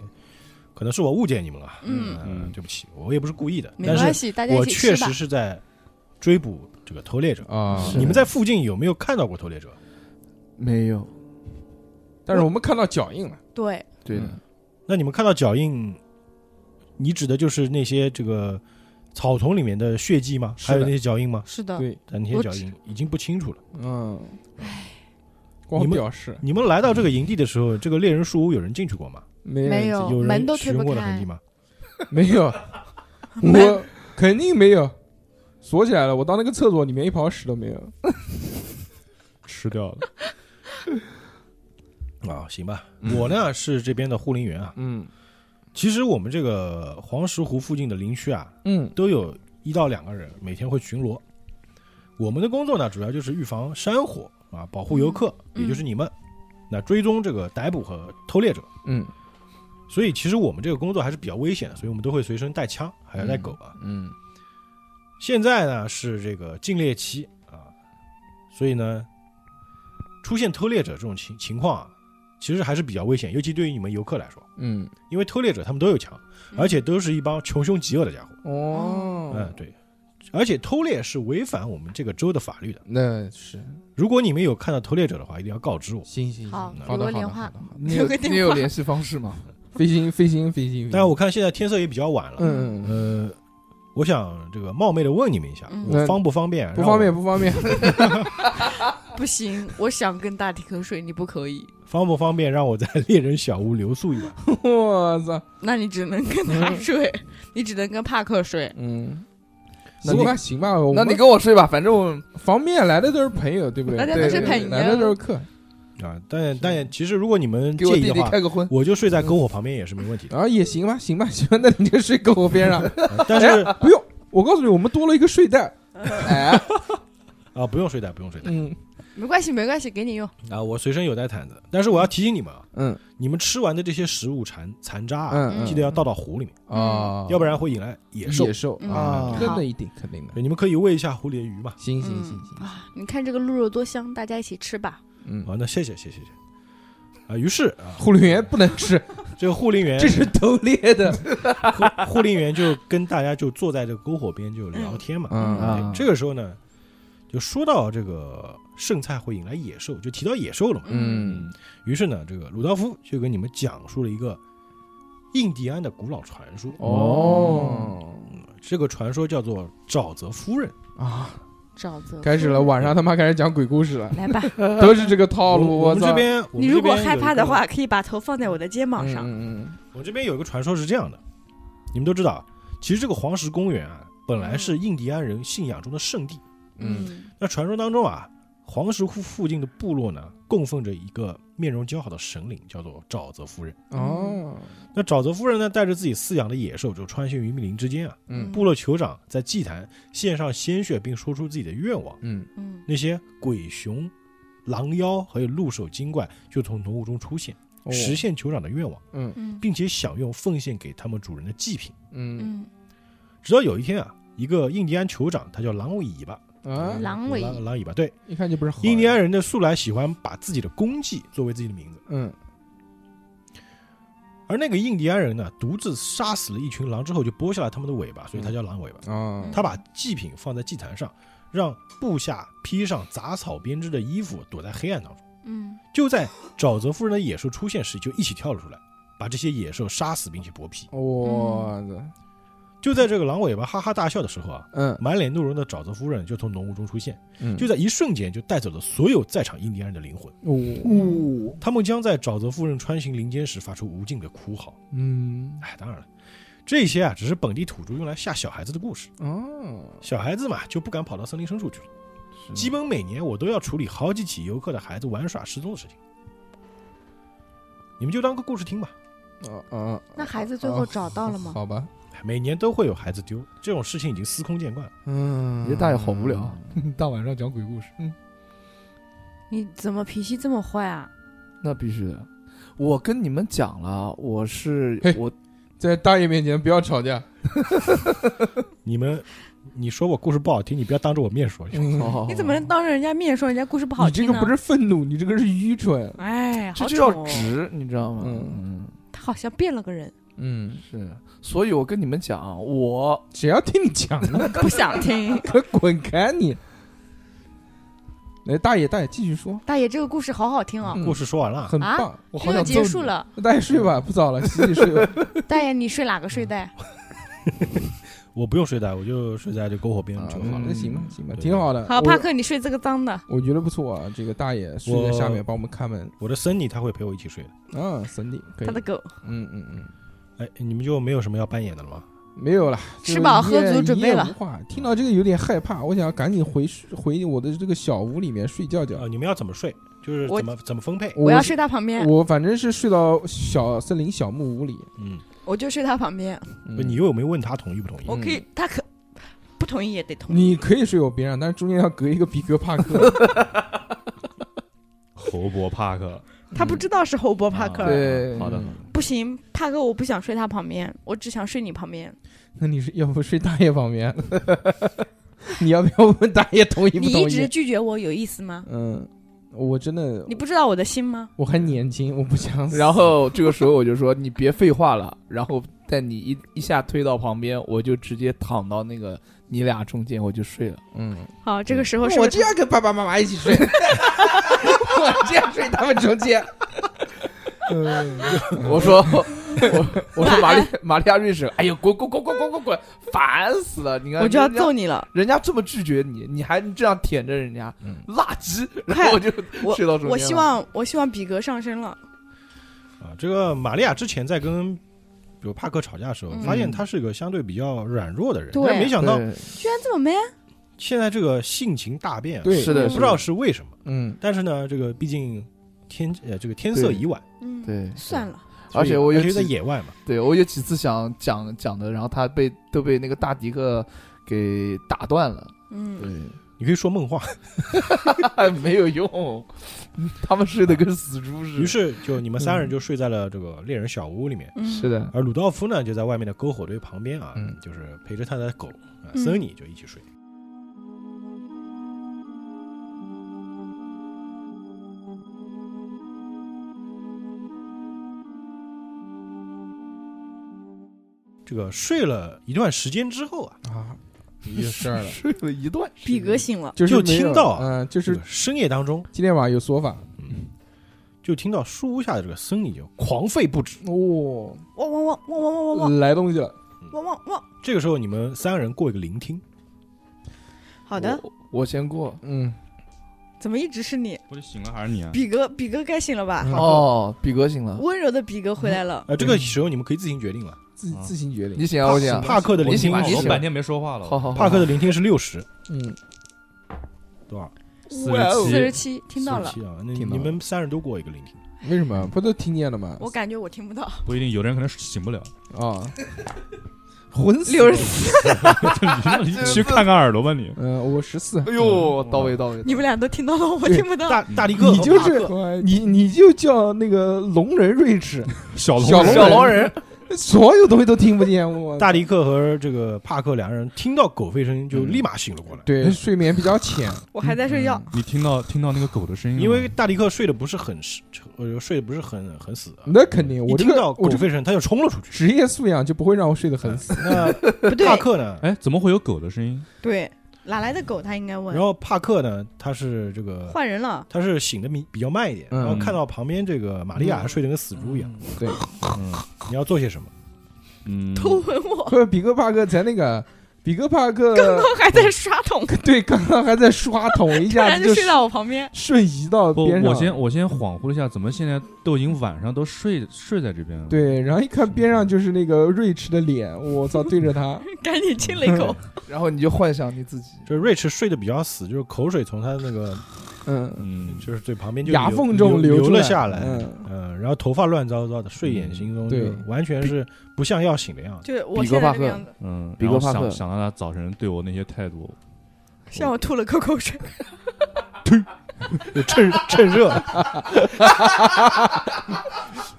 可能是我误解你们了。嗯，嗯，对不起，我也不是故意的，没但关是系，大家一我起确吃吧实。是在追捕这个偷猎者。啊，是你们在附近有没有看到过偷猎者？没有，但是我们看到脚印了。对，对的，那你们看到脚印，你指的就是那些这个草丛里面的血迹吗？是的还有那些脚印吗？是嗯的，对，但那些脚印已经不清楚了。嗯，你光们表示你们来到这个营地的时候，这个猎人树屋有人进去过吗？没人没有哦有人门都推寻不过的痕迹开，吗？没有，我肯定没有，锁起来了。我到那个厕所里面一泡屎都没有。吃掉了。啊，行吧，我呢是这边的护林员啊。嗯其实我们这个黄石湖附近的林区啊，嗯都有一到两个人每天会巡逻。我们的工作呢，主要就是预防山火啊，保护游客，嗯也就是你们，那追踪这个逮捕和偷猎者。嗯所以其实我们这个工作还是比较危险的，所以我们都会随身带枪，还要带狗啊。嗯现在呢是这个禁猎期啊，所以呢，出现偷猎者这种情情况啊，其实还是比较危险，尤其对于你们游客来说，嗯，因为偷猎者他们都有枪，而且都是一帮穷凶极恶的家伙。嗯哦，，对，而且偷猎是违反我们这个州的法律的。那是如果你们有看到偷猎者的话，一定要告知我。行行好行，给嗯好我的好莲的花好的，好的你有个电话你有联系方式吗？飞行飞行飞行。但是我看现在天色也比较晚了，嗯嗯呃，我想这个冒昧的问你们一下，嗯我方不方便？不方便让我，不方便，不行，我想跟大体口水，你不可以，方不方便让我在猎人小屋留宿一晚？ 我操，那你只能跟他睡，你只能跟帕克睡。嗯，那你行吧行吧，我那们你跟我睡吧，反正我方便来的都是朋友，对不对？大家都是对朋友来的都是客啊，但但其实如果你们给我介意弟的弟话，开个荤。我就睡在篝火旁边也是没问 题的。啊，也行吧，行吧，行吧，那你就睡篝火边上，呃但是不用。我告诉你，我们多了一个睡袋。哎，啊，不用睡袋，不用睡袋嗯没关系，没关系，给你用。啊，我随身有带毯子。但是我要提醒你们啊，嗯你们吃完的这些食物残残渣啊，嗯，记得要倒到湖里面，啊，要不然会引来野兽野。兽嗯嗯啊好，那那一定肯定的。对你们可以喂一下湖里的鱼嘛。行行嗯行行，啊，你看这个鹿肉多香，大家一起吃吧。嗯，啊，那谢谢谢谢谢谢。啊，于是啊，护林员不能 吃，这个护林员这，是偷猎的。护护林员就跟大家就坐在这个篝火边就聊天嘛。 嗯对这个时候呢，就说到这个剩菜会引来野兽，就提到野兽了嘛。嗯于是呢，这个鲁道夫就给你们讲述了一个印第安的古老传说。哦这个传说叫做沼泽夫人。啊，沼泽开始了，晚上他妈开始讲鬼故事了，来吧，都是这个套路。我我们操这边，我们你如果这边有害一怕的个话，可以把头放在我的肩膀嗯上。嗯嗯我这边有一个传说是这样的，你们都知道，其实这个黄石公园啊，本来是印第安人信仰中的圣地。嗯那传说当中啊，黄石湖附近的部落呢，供奉着一个面容姣好的神灵，叫做沼泽夫人。嗯哦那沼泽夫人呢，带着自己饲养的野兽，就穿行于密林之间啊。嗯部落酋长在祭坛献上鲜血，并说出自己的愿望。嗯嗯，那些鬼熊、狼妖还有鹿首精怪就从浓雾中出现，哦实现酋长的愿望，嗯嗯并且享用奉献给他们主人的祭品。嗯嗯直到有一天啊，一个印第安酋长，他叫狼尾巴，嗯嗯啊，狼尾狼狼尾巴，对，一看就不是好人印第安人的素来喜欢把自己的功绩作为自己的名字，嗯而那个印第安人呢，独自杀死了一群狼之后，就剥下了他们的尾巴，所以他叫狼尾巴。啊他把祭品放在祭坛上，让部下披上杂草编织的衣服，躲在黑暗当中。嗯就在沼泽夫人的野兽出现时，就一起跳了出来，把这些野兽杀死并且剥皮。嗯我操就在这个狼尾巴哈哈大笑的时候啊，嗯满脸怒容的沼泽夫人就从浓雾中出现，嗯就在一瞬间就带走了所有在场印第安人的灵魂。哦哦，他们将在沼泽夫人穿行林间时发出无尽的哭嚎。嗯哎，当然了，这些啊只是本地土著用来吓小孩子的故事。哦小孩子嘛，就不敢跑到森林深处去了。是基本每年我都要处理好几起游客的孩子玩耍失踪的事情。你们就当个故事听吧。啊啊，那孩子最后找到了吗？好吧，每年都会有孩子丢，这种事情已经司空见惯了。嗯，你这大爷好无聊啊，大晚上讲鬼故事，嗯你怎么脾气这么坏啊？那必须的。我跟你们讲了，我是 嘿我在大爷面前不要吵架，你们，你说我故事不好听，你不要当着我面说。嗯好好，你怎么能当着人家面说人家故事不好你这听啊个呢？不是愤怒，你这个是愚蠢，哎，这好就丑叫哦！直，你知道吗？嗯他好像变了个人， 嗯，是，所以我跟你们讲，我谁要听你讲 呢？不想听。快滚开你！来，大爷，大爷继续说， 大爷，这个故事好好听哦，嗯故事说完了，啊很棒，我好这个想结揍束你。了。大爷睡吧，不早了，洗洗睡 吧。大爷，你睡哪个睡袋？我不用睡袋，我就睡在这篝火边啊就好了那。行吧，行吧，对挺好的。嗯好，我帕克，你睡这个脏的。我觉得不错啊，这个大爷睡在下面帮我们看门我的森尼他会陪我一起睡的。啊，神力可以他。的狗嗯嗯嗯，哎，你们就没有什么要扮演的了吗？没有了，吃饱喝足准备了了。听到这个有点害怕，我想赶紧回回我的这个小屋里面睡觉觉呃，。你们要怎么睡？就是我怎么怎么分配？我要是睡他旁边，我反正是睡到小森林小木屋里。嗯，我就睡他旁边。嗯不，你又没问他同意不同意？我可以，他可不同意也得同意。你可以睡我边上，但是中间要隔一个比格帕克。侯伯帕克，他嗯不知道是侯伯帕克啊尔，对好的，不行，帕克，我不想睡他旁边，我只想睡你旁边。那你是要不睡大爷旁边？ 你要不要问大爷同意你不同一直意？拒绝我有意思吗？嗯，我真的你不知道我的心吗？我还年轻，我不想死。然后这个时候我就说你别废话了，然后但你一一下推到旁边，我就直接躺到那个你俩中间，我就睡了。嗯，好，这个时候是我不是就要跟爸爸妈妈一起睡，我就要睡他们中间。我说我我说玛丽玛利亚瑞士，哎呦滚滚滚滚滚滚滚，烦死了！你看我就要人家揍你了。人家这么拒绝你，你还这样舔着人家，嗯垃 圾！然快后我就我睡到中间了我希望我希望比格上升了。啊，这个玛利亚之前在跟比如帕克吵架的时候，嗯发现他是个相对比较软弱的人，对但没想到对居然这么啊 man，现在这个性情大变，对，是的我是不知的道是为什么。 嗯，但是呢，这个毕竟天呃这个天色对已晚，嗯，对，算了，所以而且我有而且在几野外嘛，对我有几次想讲讲的，然后他被都被那个大迪克给打断了。嗯， 对，你可以说梦话。没有用，他们睡得跟死猪似的。于是就你们三人就睡在了这个猎人小屋里面，嗯是的，而鲁道夫呢就在外面的篝火堆旁边啊嗯，就是陪着他的狗啊嗯森尼就一起睡。这个睡了一段时间之后啊，啊，有事儿了，睡了一段时间，比格醒了，就就是没有听到嗯，就这是个深夜当中，今天晚上有说法就听到树屋下的这个森林就狂吠不止。哦，汪汪汪汪汪汪汪汪来东西了。汪汪汪。这个时候，你们三个人过一个聆听，好的，我，我先过。嗯，怎么一直是你？不是醒了还是你啊？比格，比格该醒了吧？嗯哦，比格醒了，温柔的比格回来了。呃，这个时候你们可以自行决定了。自啊自行决定。你醒啊，我醒啊，帕克的你聆醒听吧，我你们醒半吧。天没说话了，好好，帕克的聆听是六十嗯，多少？四哇十嗯四七十七，听到了47，啊，那听到你了们三人都过一个聆听，为什么不都听见了吗？我感觉我听不到。不一定，有的人可能醒不了，啊，浑死六十我四，你去看看耳朵吧你。嗯，我十四，哎呦，到位到位，你们俩都听到了，我对听不到。大大力哥你和就帕是克你，你就叫那个聋人睿智，哦小龙，小小龙龙人， 所有东西都听不见。我大力克和这个帕克两人听到狗吠声音就立马醒了过来，对睡眠比较浅，我还在睡觉。你听到听到那个狗的声音了吗？因为大力克睡得不是很实，呃，睡得不是很很死啊，那肯定。一嗯我这听个到狗哎我这个吠声他就冲了出去。职业素养就不会让我睡得很死。那不对帕，克嗯呢？哎，怎么会有狗的声音？对，哪来的狗？他应该问然。后帕克呢，他是这个换人了，他是醒的比比较慢一点，嗯然后看到旁边这个玛利亚睡得跟死猪一样，对，嗯你要做些什么？嗯，偷吻我，不是 比格帕克才那个，比格帕克刚刚还在刷桶，对刚刚还在刷桶，一突下然子就就睡到我旁边。瞬移到不，边上。我先我先恍惚了一下，怎么现在都已经晚上都睡睡在这边了？，对，然后一看边上就是那个瑞驰的脸，我操，对着 他，赶紧亲了一口，然后你就幻想你自己，就是瑞驰睡得比较死，就是口水从他那个嗯，嗯，就是这旁边就牙流缝中流出了下来，嗯，嗯，然后头发乱糟糟的，睡眼惺忪，对就完全是不像要醒的样子。就是我现在这个样子，嗯，比然格后帕克想想到他早晨对我那些态度，像我吐了口口水。就趁趁热，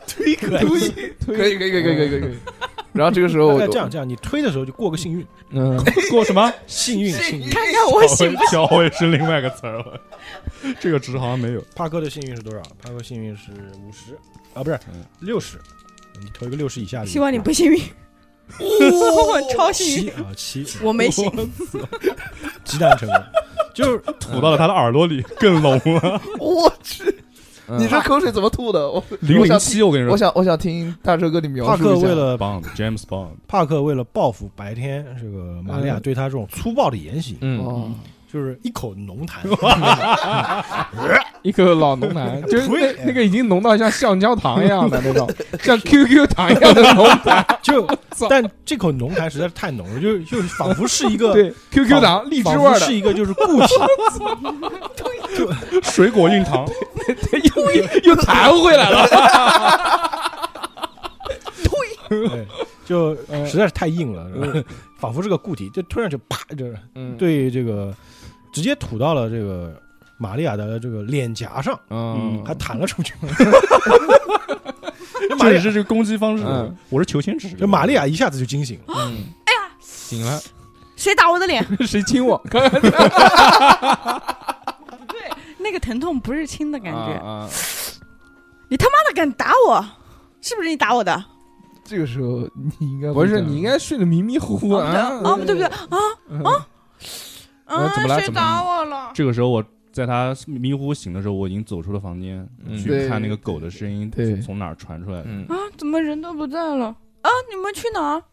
推可以，推可以，可以，可以，可以，可以。然后这个时候大我概这样这样，你推的时候就过个幸运，嗯，过什么？幸运幸运。看看 我醒， 小我也是另外一个词儿了， 这个值好像没有。帕克的幸运是多少？帕克幸运是五十啊，不是嗯六十，你投一个六十以下的。希望你不幸运。我 超幸七运，啊七，我没醒。鸡蛋成功，就是吐到了他的耳朵里， 更聋了。我去，嗯你这口水怎么吐的？我零我零想七，我跟你我说，想，我想听大周哥你描帕述克一下。为了 Bond James Bond，帕克为了报复白天这个玛利亚对他这种粗暴的言行，嗯，哦，就是一口浓痰，一口老浓痰，就是推那那个已经浓到像橡胶糖一样的那种， 像 QQ 糖一样的浓痰，就操但这口浓痰实在是太浓了，就就仿佛是一个 对 QQ 糖荔枝仿味佛儿是的，一个就是固体，水果硬糖，又又弹回来了，对，就嗯 实在 是太硬了，是吧仿佛是个固体，就突然就啪，就是嗯，对这个直接吐到了这个玛利亚的这个脸颊上，嗯还弹了出去。这玛这利也亚，是这个攻击方式嗯。我是求先吃，这玛利亚一下子就惊醒了，嗯，醒了，谁打我的脸？ 谁亲 我？那个疼痛不是轻的感觉，啊，啊你他妈的敢打我？是不是你打我的？这个时候你应该不是，讲你应该睡得迷迷糊糊哦，不对啊啊，不对不对啊啊，啊怎么了谁怎么了打我了？这个时候我在他迷糊醒的时候，我已经走出了房间，嗯去对看那个狗的声音对从哪儿传出来的。嗯啊，怎么人都不在了？啊，你们去哪儿？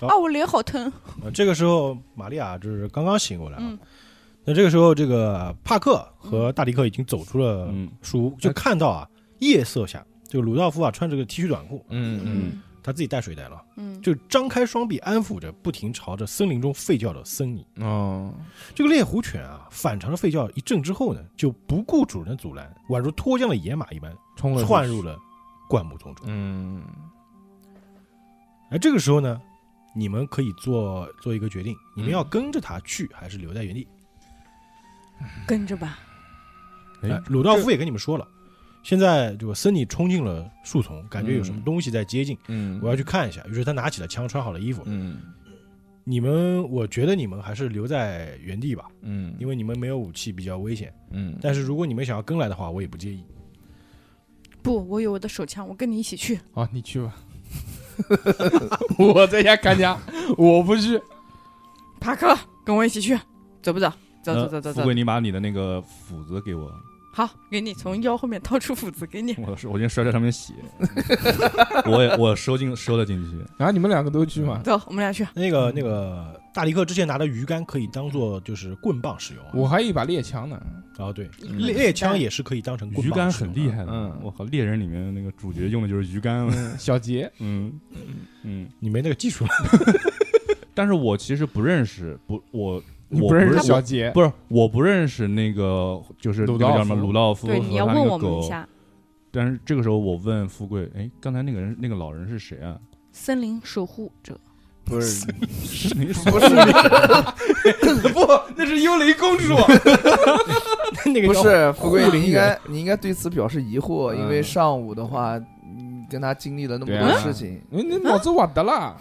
好啊，我脸好疼。呃这个时候玛利亚就是刚刚醒过来啊嗯。那这个时候，这个帕克和大迪克已经走出了嗯书屋，就看到啊，夜色下，这个鲁道夫啊穿着个 T 恤短裤，嗯嗯他自己带水袋了，嗯，就张开双臂安抚着不停朝着森林中吠叫的森尼。嗯哦，这个猎狐犬啊，反常的吠叫一阵之后呢，就不顾主人的阻拦，宛如脱缰的野马一般，冲了窜入了灌木丛中。嗯，而这个时候呢，你们可以做做一个决定，你们要跟着他去，还是留在原地？跟着吧。嗯哎哎，鲁道夫也跟你们说了，现在这个森尼冲进了树丛，感觉有什么东西在接近，嗯我要去看一下。于是他拿起了枪，穿好了衣服。嗯你们，我觉得你们还是留在原地吧，嗯因为你们没有武器，比较危险。嗯但是如果你们想要跟来的话，我也不介意。不，我有我的手枪，我跟你一起去。好，嗯哦你去吧， 我在家看家，我不去。帕克，跟我一起去，走不走？走走呃走走富走贵，，你把你的那个斧子给我，好，给你从腰后面掏出斧子给你。 我是我今天摔在上面 血，我也我收进收了进去，然后你们两个都去嘛？走，我们俩去。那个那个大力克之前拿的鱼竿可以当做就是棍棒使用啊。我还有一把猎枪呢，哦对，嗯猎猎枪也是可以当成棍鱼竿棒使用很的啊厉害的，嗯我靠，猎人里面那个主角用的就是鱼竿，嗯，小杰， 嗯嗯，你没那个技术，但是我其实不认识，不我。你我不认识认小杰？不是，我不认识那个，就是那鲁个道叫什么夫鲁道夫和对，你要他问那我个们一狗。下，但是这个时候我问富贵，哎，刚才那个人那个老人是谁 啊？森林守护者，不是是你不 是不，那是幽灵公主。那个不叫 是富贵护，林你应员该你应该对此表示疑惑，因为上午的话，你跟他经历了那么嗯对多啊事情，你你脑子瓦德啦？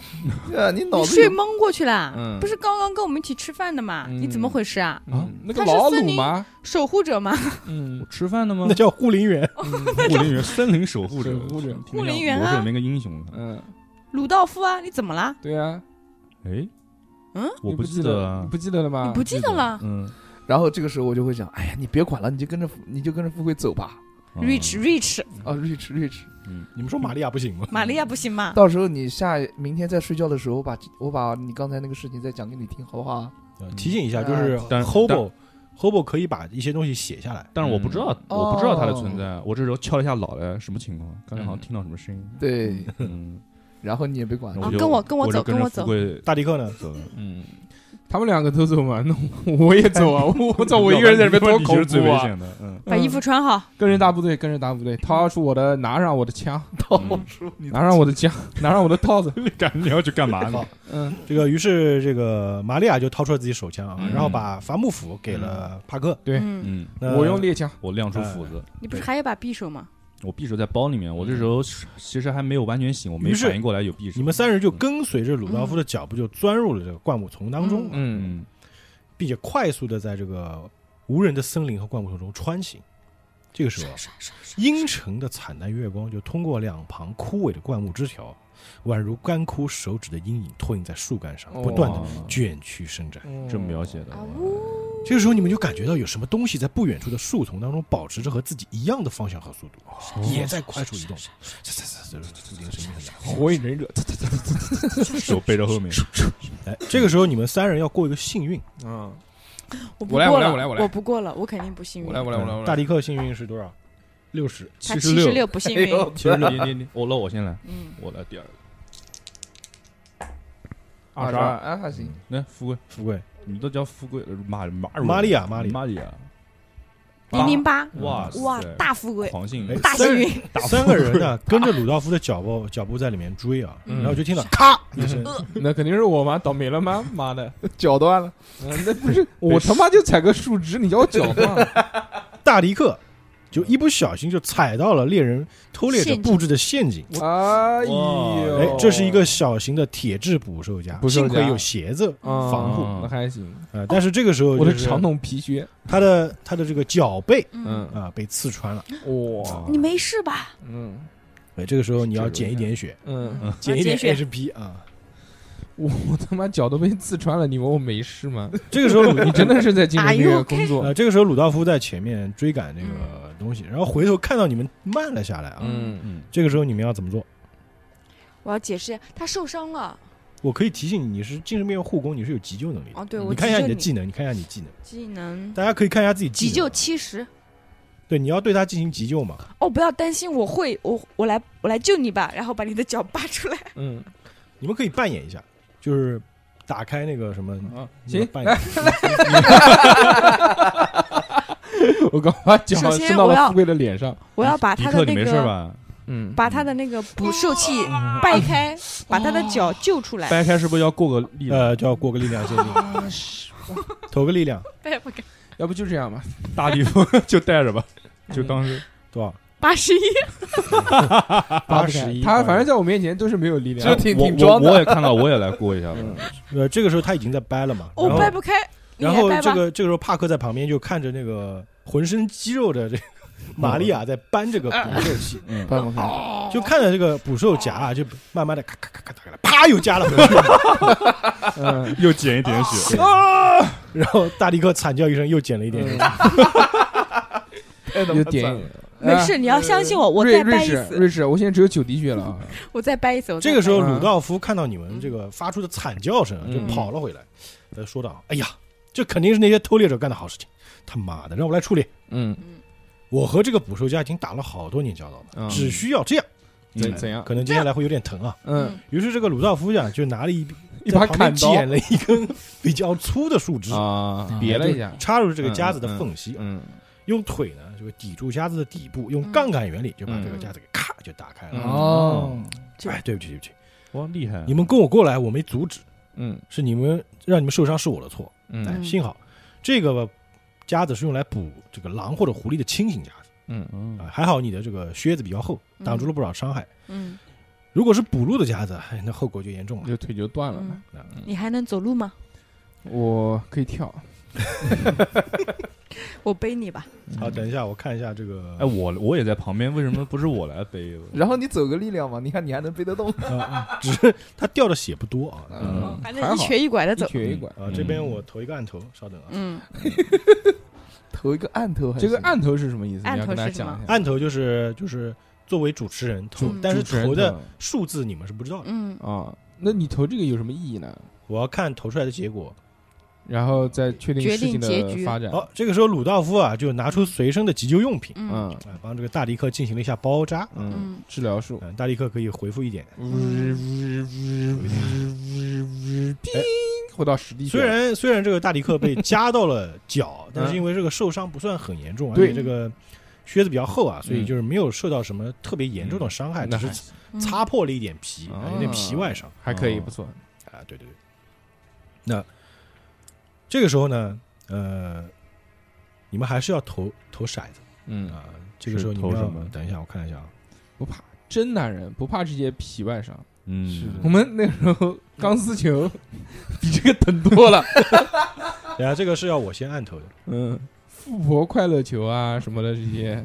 对啊，你脑你子睡有蒙过去啦？嗯不是刚刚跟我们一起吃饭的嘛？嗯你怎么回事啊？啊，那个他是老森鲁林吗？守护者嘛，嗯，吃饭的吗那？叫护林 员， 护林员，森林守 护者，守护者哦护听着像林员啊魔兽里面一个英雄。嗯，鲁道夫啊，你怎么啦？对啊，哎，嗯，我你不记得你啊，不记得了你吗？不记得了嗯然后这个时候我就会想，哎呀，你别管了，你就跟着你就跟着富贵走吧。啊嗯？Rich Rich，啊，rich rich，嗯你们说玛利亚不行吗？玛利亚不行吗？到时候你下明天在睡觉的时候，我把我把你刚才那个事情再讲给你听，好不好？呃提醒一下，就是啊但是 hobo hobo 可以把一些东西写下来，但是我不知道，嗯我不知道他的哦存在。我这时候敲了一下脑袋，什么情况？刚才好像听到什么声音。对，嗯，然后你也别管然了哦后啊就跟我跟我我就走跟跟着我走富贵大力克呢？ 走了。嗯，他们两个都走嘛，那我我也走 啊！我我走，我一个人在这边多你恐是最怖危啊！险的。 嗯，把衣服穿好，跟着大部队，跟着大部队，掏出我的，拿上我的枪，到嗯处你拿上我的枪， 拿上我的套子。你干你要去干嘛呢？嗯，这个于是这个玛利亚就掏出了自己手枪啊，嗯然后把伐木斧给了帕克。对嗯，哎嗯，那我用猎枪。我亮出斧子，你不是还有把匕首吗？我匕首在包里面。我这时候是其实还没有完全醒，我没于是反应过来有匕首。你们三人就跟随着鲁道夫的脚步，就钻入了这个灌木丛当中，嗯，嗯，并且快速的在这个无人的森林和灌木丛中穿行。这个时候，啊阴沉的惨淡月光就通过两旁枯萎的灌木枝条，宛如干枯手指的阴影投影在树干上，不嗯断的哇卷曲伸展。嗯这么描写的啊哇呜！这个时候，你们就感觉到有什么东西在不远处的树丛当中保持着和自己一样的方向和速度，也在快速移动。火影忍者，手背着后面，哎，这个时候你们三人要过一个幸运，嗯，我不我来过我来了，我来我来不过了，我肯定不幸运。我来，我来，我来，我来。大力克幸运是多少？六十。他七七十，六不幸运。七十六，你你你，我那我先来，嗯，我来第二个。二二十十二二，哎还行，那富贵，富贵，你都叫富贵了，马马玛利亚玛利亚玛利亚，零零八，哇哇，塞大富贵，狂性哎大幸运，三个人呢 跟着鲁道夫的脚步脚步在里面追啊，嗯然后就听到咔一声，那肯定是我嘛，倒霉了吗？妈的，脚断了，嗯那不是我他妈就踩个树枝，你叫我脚断？大力克就一不小心就踩到了猎人偷猎者陷阱布置的陷阱。哎哇呦，哎，这是一个小型的铁质捕兽夹，捕兽幸亏夹有鞋子防防护嗯那还行。啊，但是这个时候我就的是长筒皮靴，他的他的这个脚背嗯，嗯，啊被刺穿了。哇，你没事吧？嗯哎，这个时候你要减一点血，嗯，减一点啊减 HP 啊。我我他妈脚都被刺穿了，你问我没事吗？ 这个时候鲁你真的是在进行 Are 这 you 个 okay？工作呃，？这个时候鲁道夫在前面追赶那嗯个东西，然后回头看到你们慢了下来啊。嗯，嗯，这个时候你们要怎么做？我要解释一下，他受伤了。我可以提醒你，你是精神病院护工，你是有急救能力的。哦，对，嗯我你看一下急你救的技能，你看一下你技能，技能大家可以看一下自己技急能啊救。七十。对，你要对他进行急救嘛？哦，不要担心，我会，我我来我来救你吧，然后把你的脚扒出 哎来。嗯，你们可以扮演一下，就是打开那个什么，哦啊你们行扮 演。我刚把脚首先伸到我了要富贵的脸上，我要把迪他克，的你那没事个，吧？嗯，把他的那个捕兽器嗯掰开，把他的脚救出来。掰开是不是要过个力？呃，就要过个力量限定，哦投个力量掰不开，要不就这样吧，大力夫就带着吧，就当是多少？八十一。八十一。他反正在我面前都是没有力量这的，挺我挺我装哎我也的，看到，我也来过一下吧。嗯呃，这个时候他已经在掰了嘛，我然后掰不开，你然来后掰这吧。个这个时候，帕克在旁边就看着那个浑身肌肉的这玛利亚在搬这个捕兽器，哦嗯，办公室就看着这个捕兽夹啊，就慢慢的咔咔咔咔打开了，啪又加了回去，嗯，又减一点血， 然后大力哥惨叫一声，又捡了一点血。嗯哎有点啊没事，你要相信我，我瑞再瑞掰一士，次，瑞士，我现在只有九滴血了。啊我再掰一次。我再这个时候，嗯鲁道夫看到你们这个发出的惨叫声啊，就嗯跑了回来，呃，说道：“哎呀，这肯定是那些偷猎者干的好事情，他妈的，让我来处理。嗯，我和这个捕兽家已经打了好多年交道嗯了，只需要这样，怎嗯怎样？可能接下来会有点疼啊。”嗯，于是这个鲁道夫呀，就拿了一一把在旁边砍刀捡了一根比较粗的树枝，啊，别了一下就。插入这个夹子的缝隙，嗯用腿呢就抵住夹子的底部，用杠杆原理就把这个夹子给咔就打开嗯了。哦，哎，对不起，对不起，哇，厉害！你们跟我过来，我没阻止，嗯是你们让你们受伤是我的错。哎，嗯幸好这个夹子是用来捕这个狼或者狐狸的轻型夹子嗯嗯啊，还好你的这个靴子比较厚，挡住了不少伤害。嗯，如果是捕鹿的夹子，哎，那后果就严重了。就腿就断了。嗯你还能走路吗？我可以跳。我背你吧。嗯好，等一下，我看一下这个。哎，我我也在旁边，为什么不是我来背？然后你走个力量嘛，你看你还能背得动。啊，只是它掉的血不多啊。嗯反还正好一瘸一拐的走一。瘸一拐。啊，这边我投一个按头，稍等啊。嗯，投一个暗头还嗯这行，个按头是什么意思？按你要头跟大家是什讲一下。按头就是就是作为主持人投主，但是主持人投的数字你们是不知道的。嗯，头啊，那你投这个有什么意义呢？我要看投出来的结果。然后再确定决事情定的结局发展。好，这个时候鲁道夫啊就拿出随身的急救用品，嗯嗯啊，帮这个大力克进行了一下包扎。嗯，嗯，治疗术。嗯嗯，大力克可以回复一点。回哎到实地去虽了。然虽然这个大力克被夹到了 脚，但是因为这个受伤不算很严重，而嗯对且这个靴子比较厚啊，所以嗯就是没有受到什么特别严重的伤害，那只还嗯哦是嗯擦破了一点皮，啊有点皮外伤。还可以，哦不错。啊，对对对。那这个时候呢，呃，你们还是要投投骰子嗯，啊。这个时候你们投要什么等一下，我看一下啊。不怕，真男人不怕这些皮外伤。嗯，是我们那时候钢丝球 比这个疼多 了。等一下哎这个是要我先按投的。嗯，富婆快乐球啊什么的这些。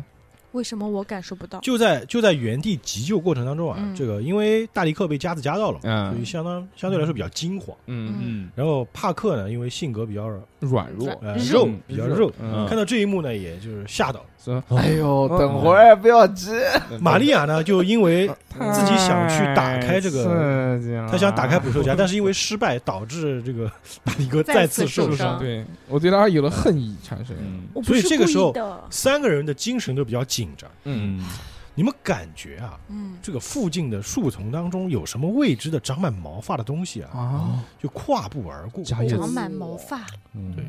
为什么我感受不到？就在就在原地急救过程当中啊，嗯这个因为大力克被夹子夹到了嘛，所以嗯相当相对来说比较惊慌。嗯，嗯，然后帕克呢，因为性格比较嗯软弱，呃肉肉比较肉，嗯，看到这一幕呢，也就是吓到了。说哎呦，嗯等会儿不要急，嗯玛利亚呢，就因 为啊自己想去打开这个个她想打开捕兽夹，但是因为失败导致这个大力哥再次次受受伤伤。对我对他有了恨意产生。嗯我不所以是这个故时意候的三个人的精神都比较紧张。嗯，嗯，你们感觉啊，嗯，这个附近的树丛当中有什么未知的长满毛发的东西啊，啊，就跨步而过，假叶长子，满毛发，嗯对，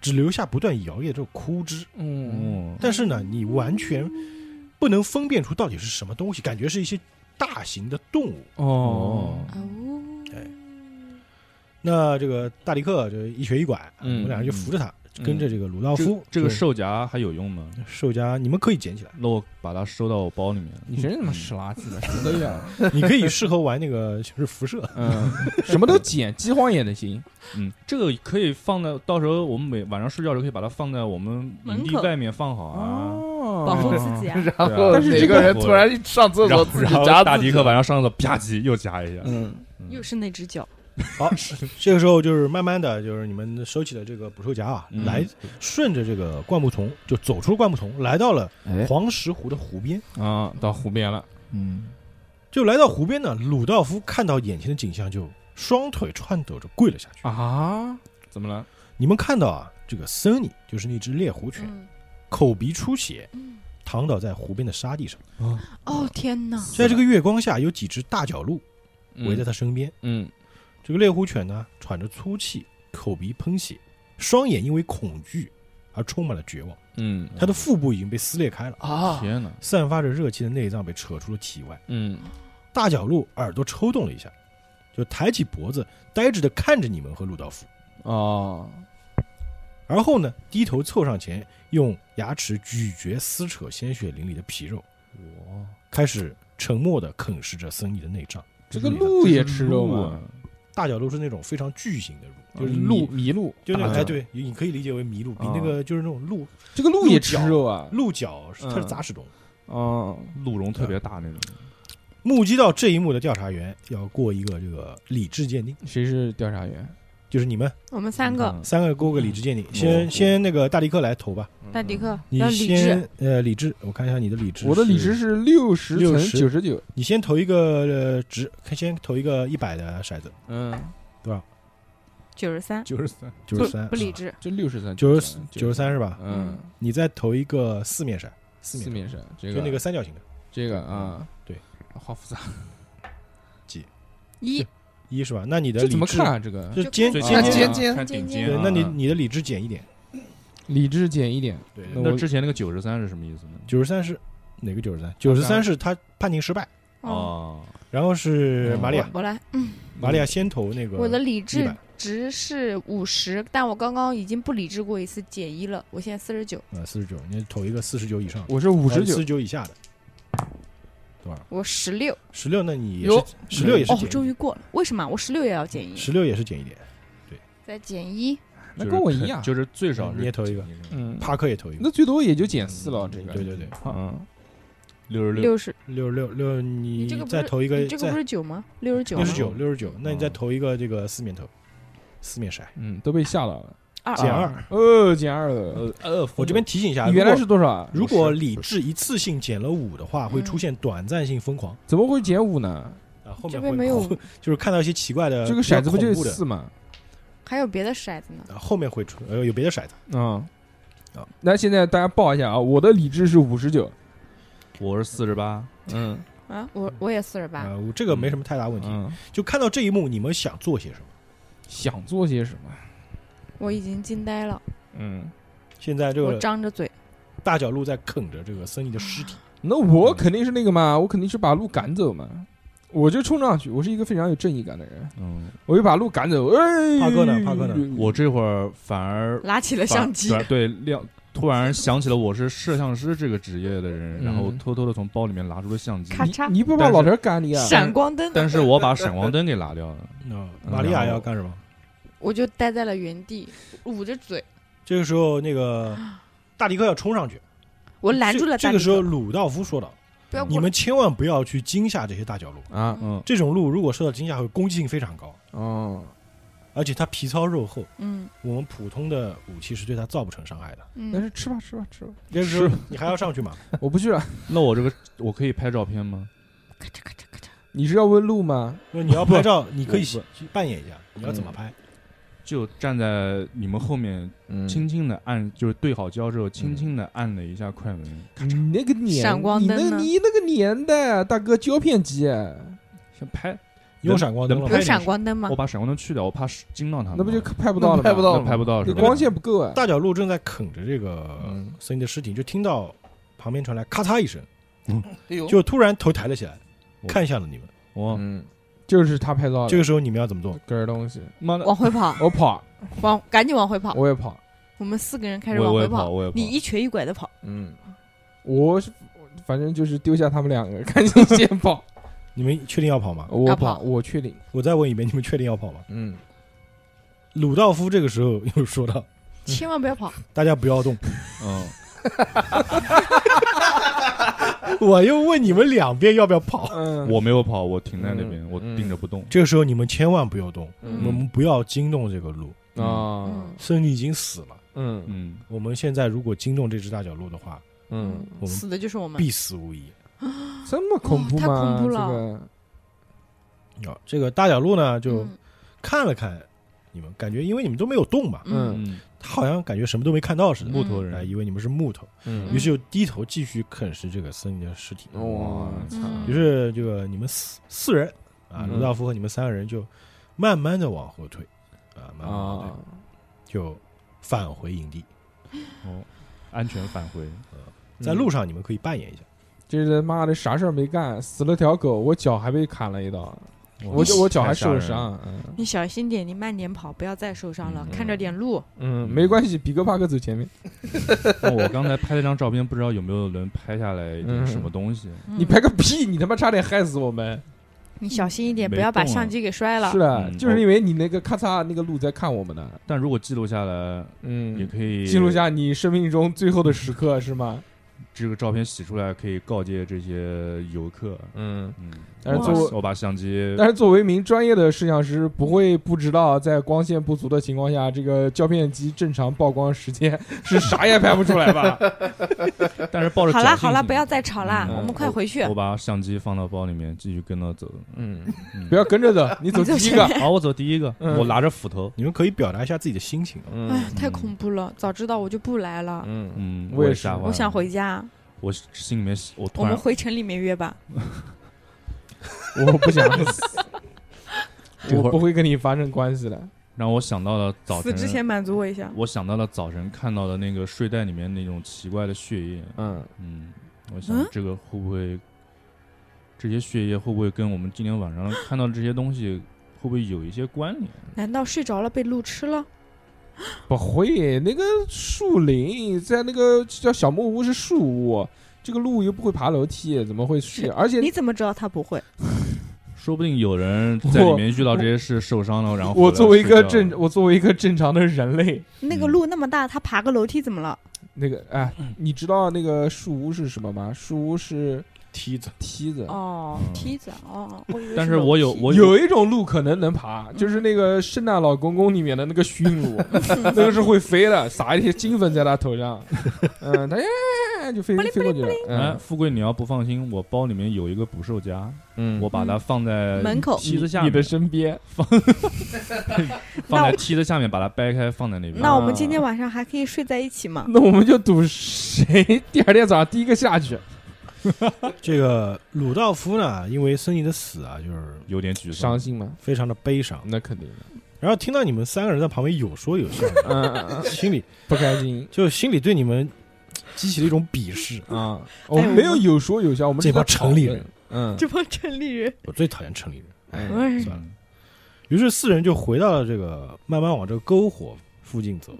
只留下不断摇曳的这个枯枝。嗯，哦，但是呢，你完全不能分辨出到底是什么东西，感觉是一些大型的动物。哦，哦，哎那这个大力克就一瘸一拐，嗯我们两人就扶着他，嗯跟着这个鲁道夫。这个就兽夹还有用吗？兽夹，你们可以捡起来，那我把它收到我包里面。你真是他妈屎垃圾的，什么都要，你可以适合玩那个就是辐射。嗯， 什么都捡，饥荒也能行。嗯，这个可以放在到时候我们每晚上睡觉的时候可以把它放在我们营门地口外面放好啊。哦保护自己。啊！然后但是哪这个个人突然一上厕然所后自然己后夹大自己迪克晚上上厕所啪叽又夹一下。嗯，又是那只脚，好，是这个时候就是慢慢的就是你们收起了这个捕兽夹啊，嗯来顺着这个灌木丛就走出灌木丛，来到了哎，黄石湖的湖边。啊，到湖边了，嗯，就来到湖边呢，鲁道夫看到眼前的景象，就双腿颤抖着跪了下去。啊，怎么了？你们看到啊，这个森尼就是那只猎狐犬，嗯，口鼻出血嗯，躺倒在湖边的沙地上。哦天哪，在这个月光下，有几只大角鹿围在他，他身边。嗯，这个猎狐犬呢，喘着粗气，口鼻喷血，双眼因为恐惧而充满了绝望。嗯，它的腹部已经被撕裂开了，啊，天哪！散发着热气的内脏被扯出了体外。嗯，大角鹿耳朵抽动了一下，就抬起脖子，呆滞地看着你们和鲁道夫。哦，而后呢，低头凑上前，用牙齿咀嚼、撕扯鲜血淋漓的皮肉，哇，开始沉默地啃食着森尼的内脏。这个鹿也吃肉鹿吗？啊！大角鹿是那种非常巨型的鹿，就是麋鹿，麋鹿，就那种哎，大角对，你可以理解为麋鹿，比啊那个就是那种鹿这个鹿也吃鹿角肉啊，鹿角，它是嗯杂食动物。哦，鹿茸特别大那种，目击到这一幕的调查员要过一个这个理智鉴定，谁是调查员？就是你们我们三个，嗯三个过个理智鉴嗯定，哦先先那个大迪克来投吧，大迪克你要理智，先呃理智，我看一下你的理智，我的理智，是六十乘60九十九，你先投一个呃值，看先投一个一百的骰子，嗯，九十三，九十三，九十三，啊不理智，就六十三，九十九十三是吧？嗯，你再投一个四面骰，四四面面神，这骰个就那个三角形的，这个啊，对，好复杂，一一是吧？那你的这理怎么智看啊？这个就尖最尖啊尖尖尖看顶尖对啊，，那你你的理智减一点，理智减一点，对那那我之前那个九十三是什么意思呢？九十三是哪个九十三？九十三是他判定失败，哦，哦，然后是嗯玛利亚，我来，玛利亚先投那个我的理一智百，值是五十，但我刚刚已经不理智过一次，减一了，我现在四十九，呃，四十九，你投一个四十九以上，我是五十四九十，九以下的，多少？我十六，十六，那你也哟是十六也是哦，减终一于过了，为什么我十六也要减一？点，十六也是减一点，再减一，那就是跟我肯一样，就是最少你也是投一个，嗯，帕克也投一个，那最多也就减四了，这个，对对对，嗯，六十六，六十，六六六，你你这个不再是投一你个，这个不再是九吗？六十九六吗，十九吗六十九，那你再嗯投一个这个四面投，四面骰嗯，都被吓到了，二减啊二，哦，减二了，呃呃，我这边提醒一下，你原来是多少啊？如果50理智一次性减了五的话，嗯会出现短暂性疯狂怎么会减五呢？啊，后这面边会没有， 就是看到一些奇怪的这个骰子不就呃比较恐是怖的四吗？还有别的骰子呢？啊后面会出呃有别的骰子，啊啊，那现在大家报一下啊，我的理智是五十九，我是四十八，嗯啊，我我也四十八，啊，我这个没什么太大问题。嗯，就看到这一幕，你们想做些什么？想做些什么？我已经惊呆了，嗯，现在这我个张着嘴，大角鹿在啃着这个森尼的尸体，那我肯定是那个嘛，我肯定是把鹿赶走嘛。我就冲上去，我是一个非常有正义感的人，嗯，我就把鹿赶走。哎，帕克呢帕克呢？我这会儿反而拿起了 反相机，对啊对亮。突然想起了我是摄像师这个职业的人，嗯然后偷偷的从包里面拿出了相机，咔你嚓，你不把老头赶你啊？闪光灯，但是我把闪光灯给拿掉了。啊，嗯玛利亚然后要干什么？我就待在了原地，捂着嘴，这个时候，那个大迪克要冲上去，我拦住了这大这个力时候，哥鲁道夫说道不要：“过你来们千万不要去惊吓这些大角鹿，啊，嗯，这种鹿如果受到惊吓，会攻击性非常高，哦，而且它皮糙肉厚，嗯我们普通的武器是对它造不成伤害的。嗯，但是吃吧吃吧 吃吧，这个时候你还要上去吗？我不去了。那我这个我可以拍照片吗？咔嚓咔嚓咔嚓，你是要问路吗？就是你要拍照，你可以不扮演一下，你要怎么拍？就站在你们后面，嗯轻轻的按，就是对好焦之后，轻轻的按了一下快门，你那个年，闪光灯你那呢个你那个年代，大哥胶片机，先拍。你用闪光灯了能吗有拍闪光灯吗我？把闪光灯去掉，我怕惊到他们。那不就拍不到了吗？那拍不到那拍不到是你吧？光线不够啊。大角鹿正在啃着这个嗯森林的尸体，就听到旁边传来咔嚓一声，哎哦呦，就突然头抬了起来，我看向了你们。我嗯，就是他拍到的这个时候你们要怎么做？个儿东西，妈的，往回跑，我跑，往赶紧往回跑，我也跑。我们四个人开始往我也回跑，跑，我也跑你。一瘸一拐的跑，嗯，我是反正就是丢下他们两个，赶紧先 跑。你们确定要跑吗？我要跑我确定。我再问一遍，你们确定要跑吗？嗯，鲁道夫这个时候又说道千万不要啊跑，：“大家不 要动，嗯，我又问你们两遍要不要跑。嗯，我没有跑，我停在那边，嗯我盯着不动”。这个时候你们千万不要动，我嗯们不要惊动这个鹿，啊，森林已经死了。嗯嗯，我们现在如果惊动这只大角鹿的话，嗯，我们死的就是我们，必死无疑。这么恐怖哦太吗？恐怖这了个啊，这个大角鹿呢，就嗯看了看你们，感觉因为你们都没有动嘛，嗯嗯，他好像感觉什么都没看到似的。木头哎，以为你们是木头，嗯于是就低头继续啃食这个森林的尸体。哇操嗯于是这个你们四四人啊，嗯卢道夫和你们三个人就慢慢的往后退，啊，慢慢地往后退啊，就返回营地。哦，安全返 回。嗯在路上你们可以扮演一下，这他妈的啥事儿没干，死了条狗，我脚还被砍了一刀，我就我脚还受了。伤。嗯你小心点，你慢点跑，不要再受伤了嗯，看着点路。嗯，没关系，比哥帕克走前面。那 我刚才拍了张照片，不知道有没有能拍下来一点嗯什么东西。你嗯拍个屁！你他妈差点害死我们。你小心一点，没不要把动啊相机给摔了是。的，嗯就是因为你那个咔嚓那个路在看我们呢。但如果记录下来，也嗯，可以记录下你生命中最后的时 刻是吗？这个照片洗出来，可以告诫这些游客。嗯，嗯，但是我作把为我把相机但是作为一名专业的摄像师，不会不知道在光线不足的情况下，这个胶片机正常曝光时间 是啥也拍不出来吧？但是抱着好侥啦幸好啦，心不要再吵啦，嗯我们快回去我。把相机放到包里面，继续跟着走。 嗯，嗯不要跟着走，你走你走第一前个。啊！我走第一个，嗯我拿着斧头。你们可以表达一下自己的心情啊。哎呀嗯，太恐怖了！早知道我就不来了，嗯，嗯，我也也是吓坏了。我想回家。我心里面，我我突们然回城里面约吧。我不想死，这 会我儿不会跟你发生关系的。让我想到了早死之晨，嗯前满足我一下。我想到了早晨看到的那个睡袋里面那种奇怪的血液。嗯，嗯，我想嗯这个会不会，这些血液会不会跟我们今天晚上看到的这些东西会不会有一些关联？难道睡着了被鹿吃了？不会，那个树林在那个叫小木屋是树屋，这个鹿又不会爬楼梯，怎么会去？而且你怎么知道它不会？说不定有人在里面遇到这些事受伤了，然后我作为一个正正，我作为一个正常的人类，那嗯个鹿那么大，它爬个楼梯怎么了？那个哎，嗯你知道那个树屋是什么吗？树屋是梯子，梯子。哦嗯，梯子哦，我以为但是我有楼梯我有一种鹿可能能爬，就是那个《圣诞老公公》里面的那个驯 鹿，那个是会飞的，撒一些金粉在它头 上，嗯，它呀就飞飞过去了，哎，嗯富贵，你要不放心，我包里面有一个捕兽夹，嗯，我把它放在门口梯子下你面，的身边，放在梯子下面，把它掰开放在那边。那我们今天晚上还可以睡在一起吗？那我们就赌谁 第二天早上第一个下去，这个鲁道夫呢，因为孙怡的死啊，就是有点沮丧伤，心吗？非常的悲伤。那肯定 的，然后听到你们三个人在旁边有说有笑的，嗯嗯，嗯心里不开心就心里对你们激起了一种鄙视。啊，我们没有有说有笑，我们这是帮在城里讨论人，嗯，这帮城里人，我最讨厌城里人。哎我也是算了。于是四人就回到了这个，慢慢往这个篝火附近走。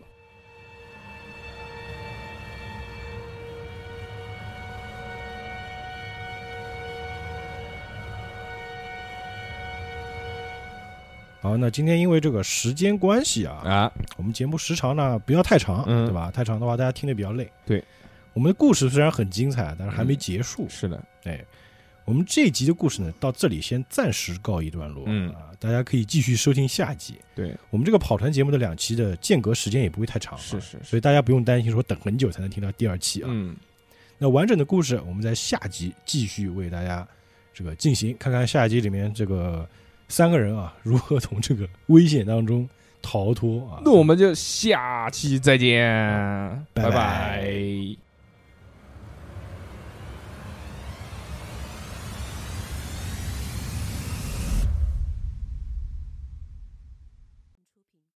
好，那今天因为这个时间关系啊，啊，我们节目时长呢不要太长，嗯对吧？太长的话大家听得比较累。对，嗯我们的故事虽然很精彩，但是还没结束。是的，哎，我们这一集的故事呢，到这里先暂时告一段落。嗯啊，大家可以继续收听下集。对，我们这个跑团节目的两期的间隔时间也不会太长、啊是，是是，所以大家不用担心说等很久才能听到第二期啊。嗯，那完整的故事我们在下集继续为大家这个进行，看看下集里面这个三个人啊如何从这个危险当中逃脱啊。那我们就下期再见，拜拜拜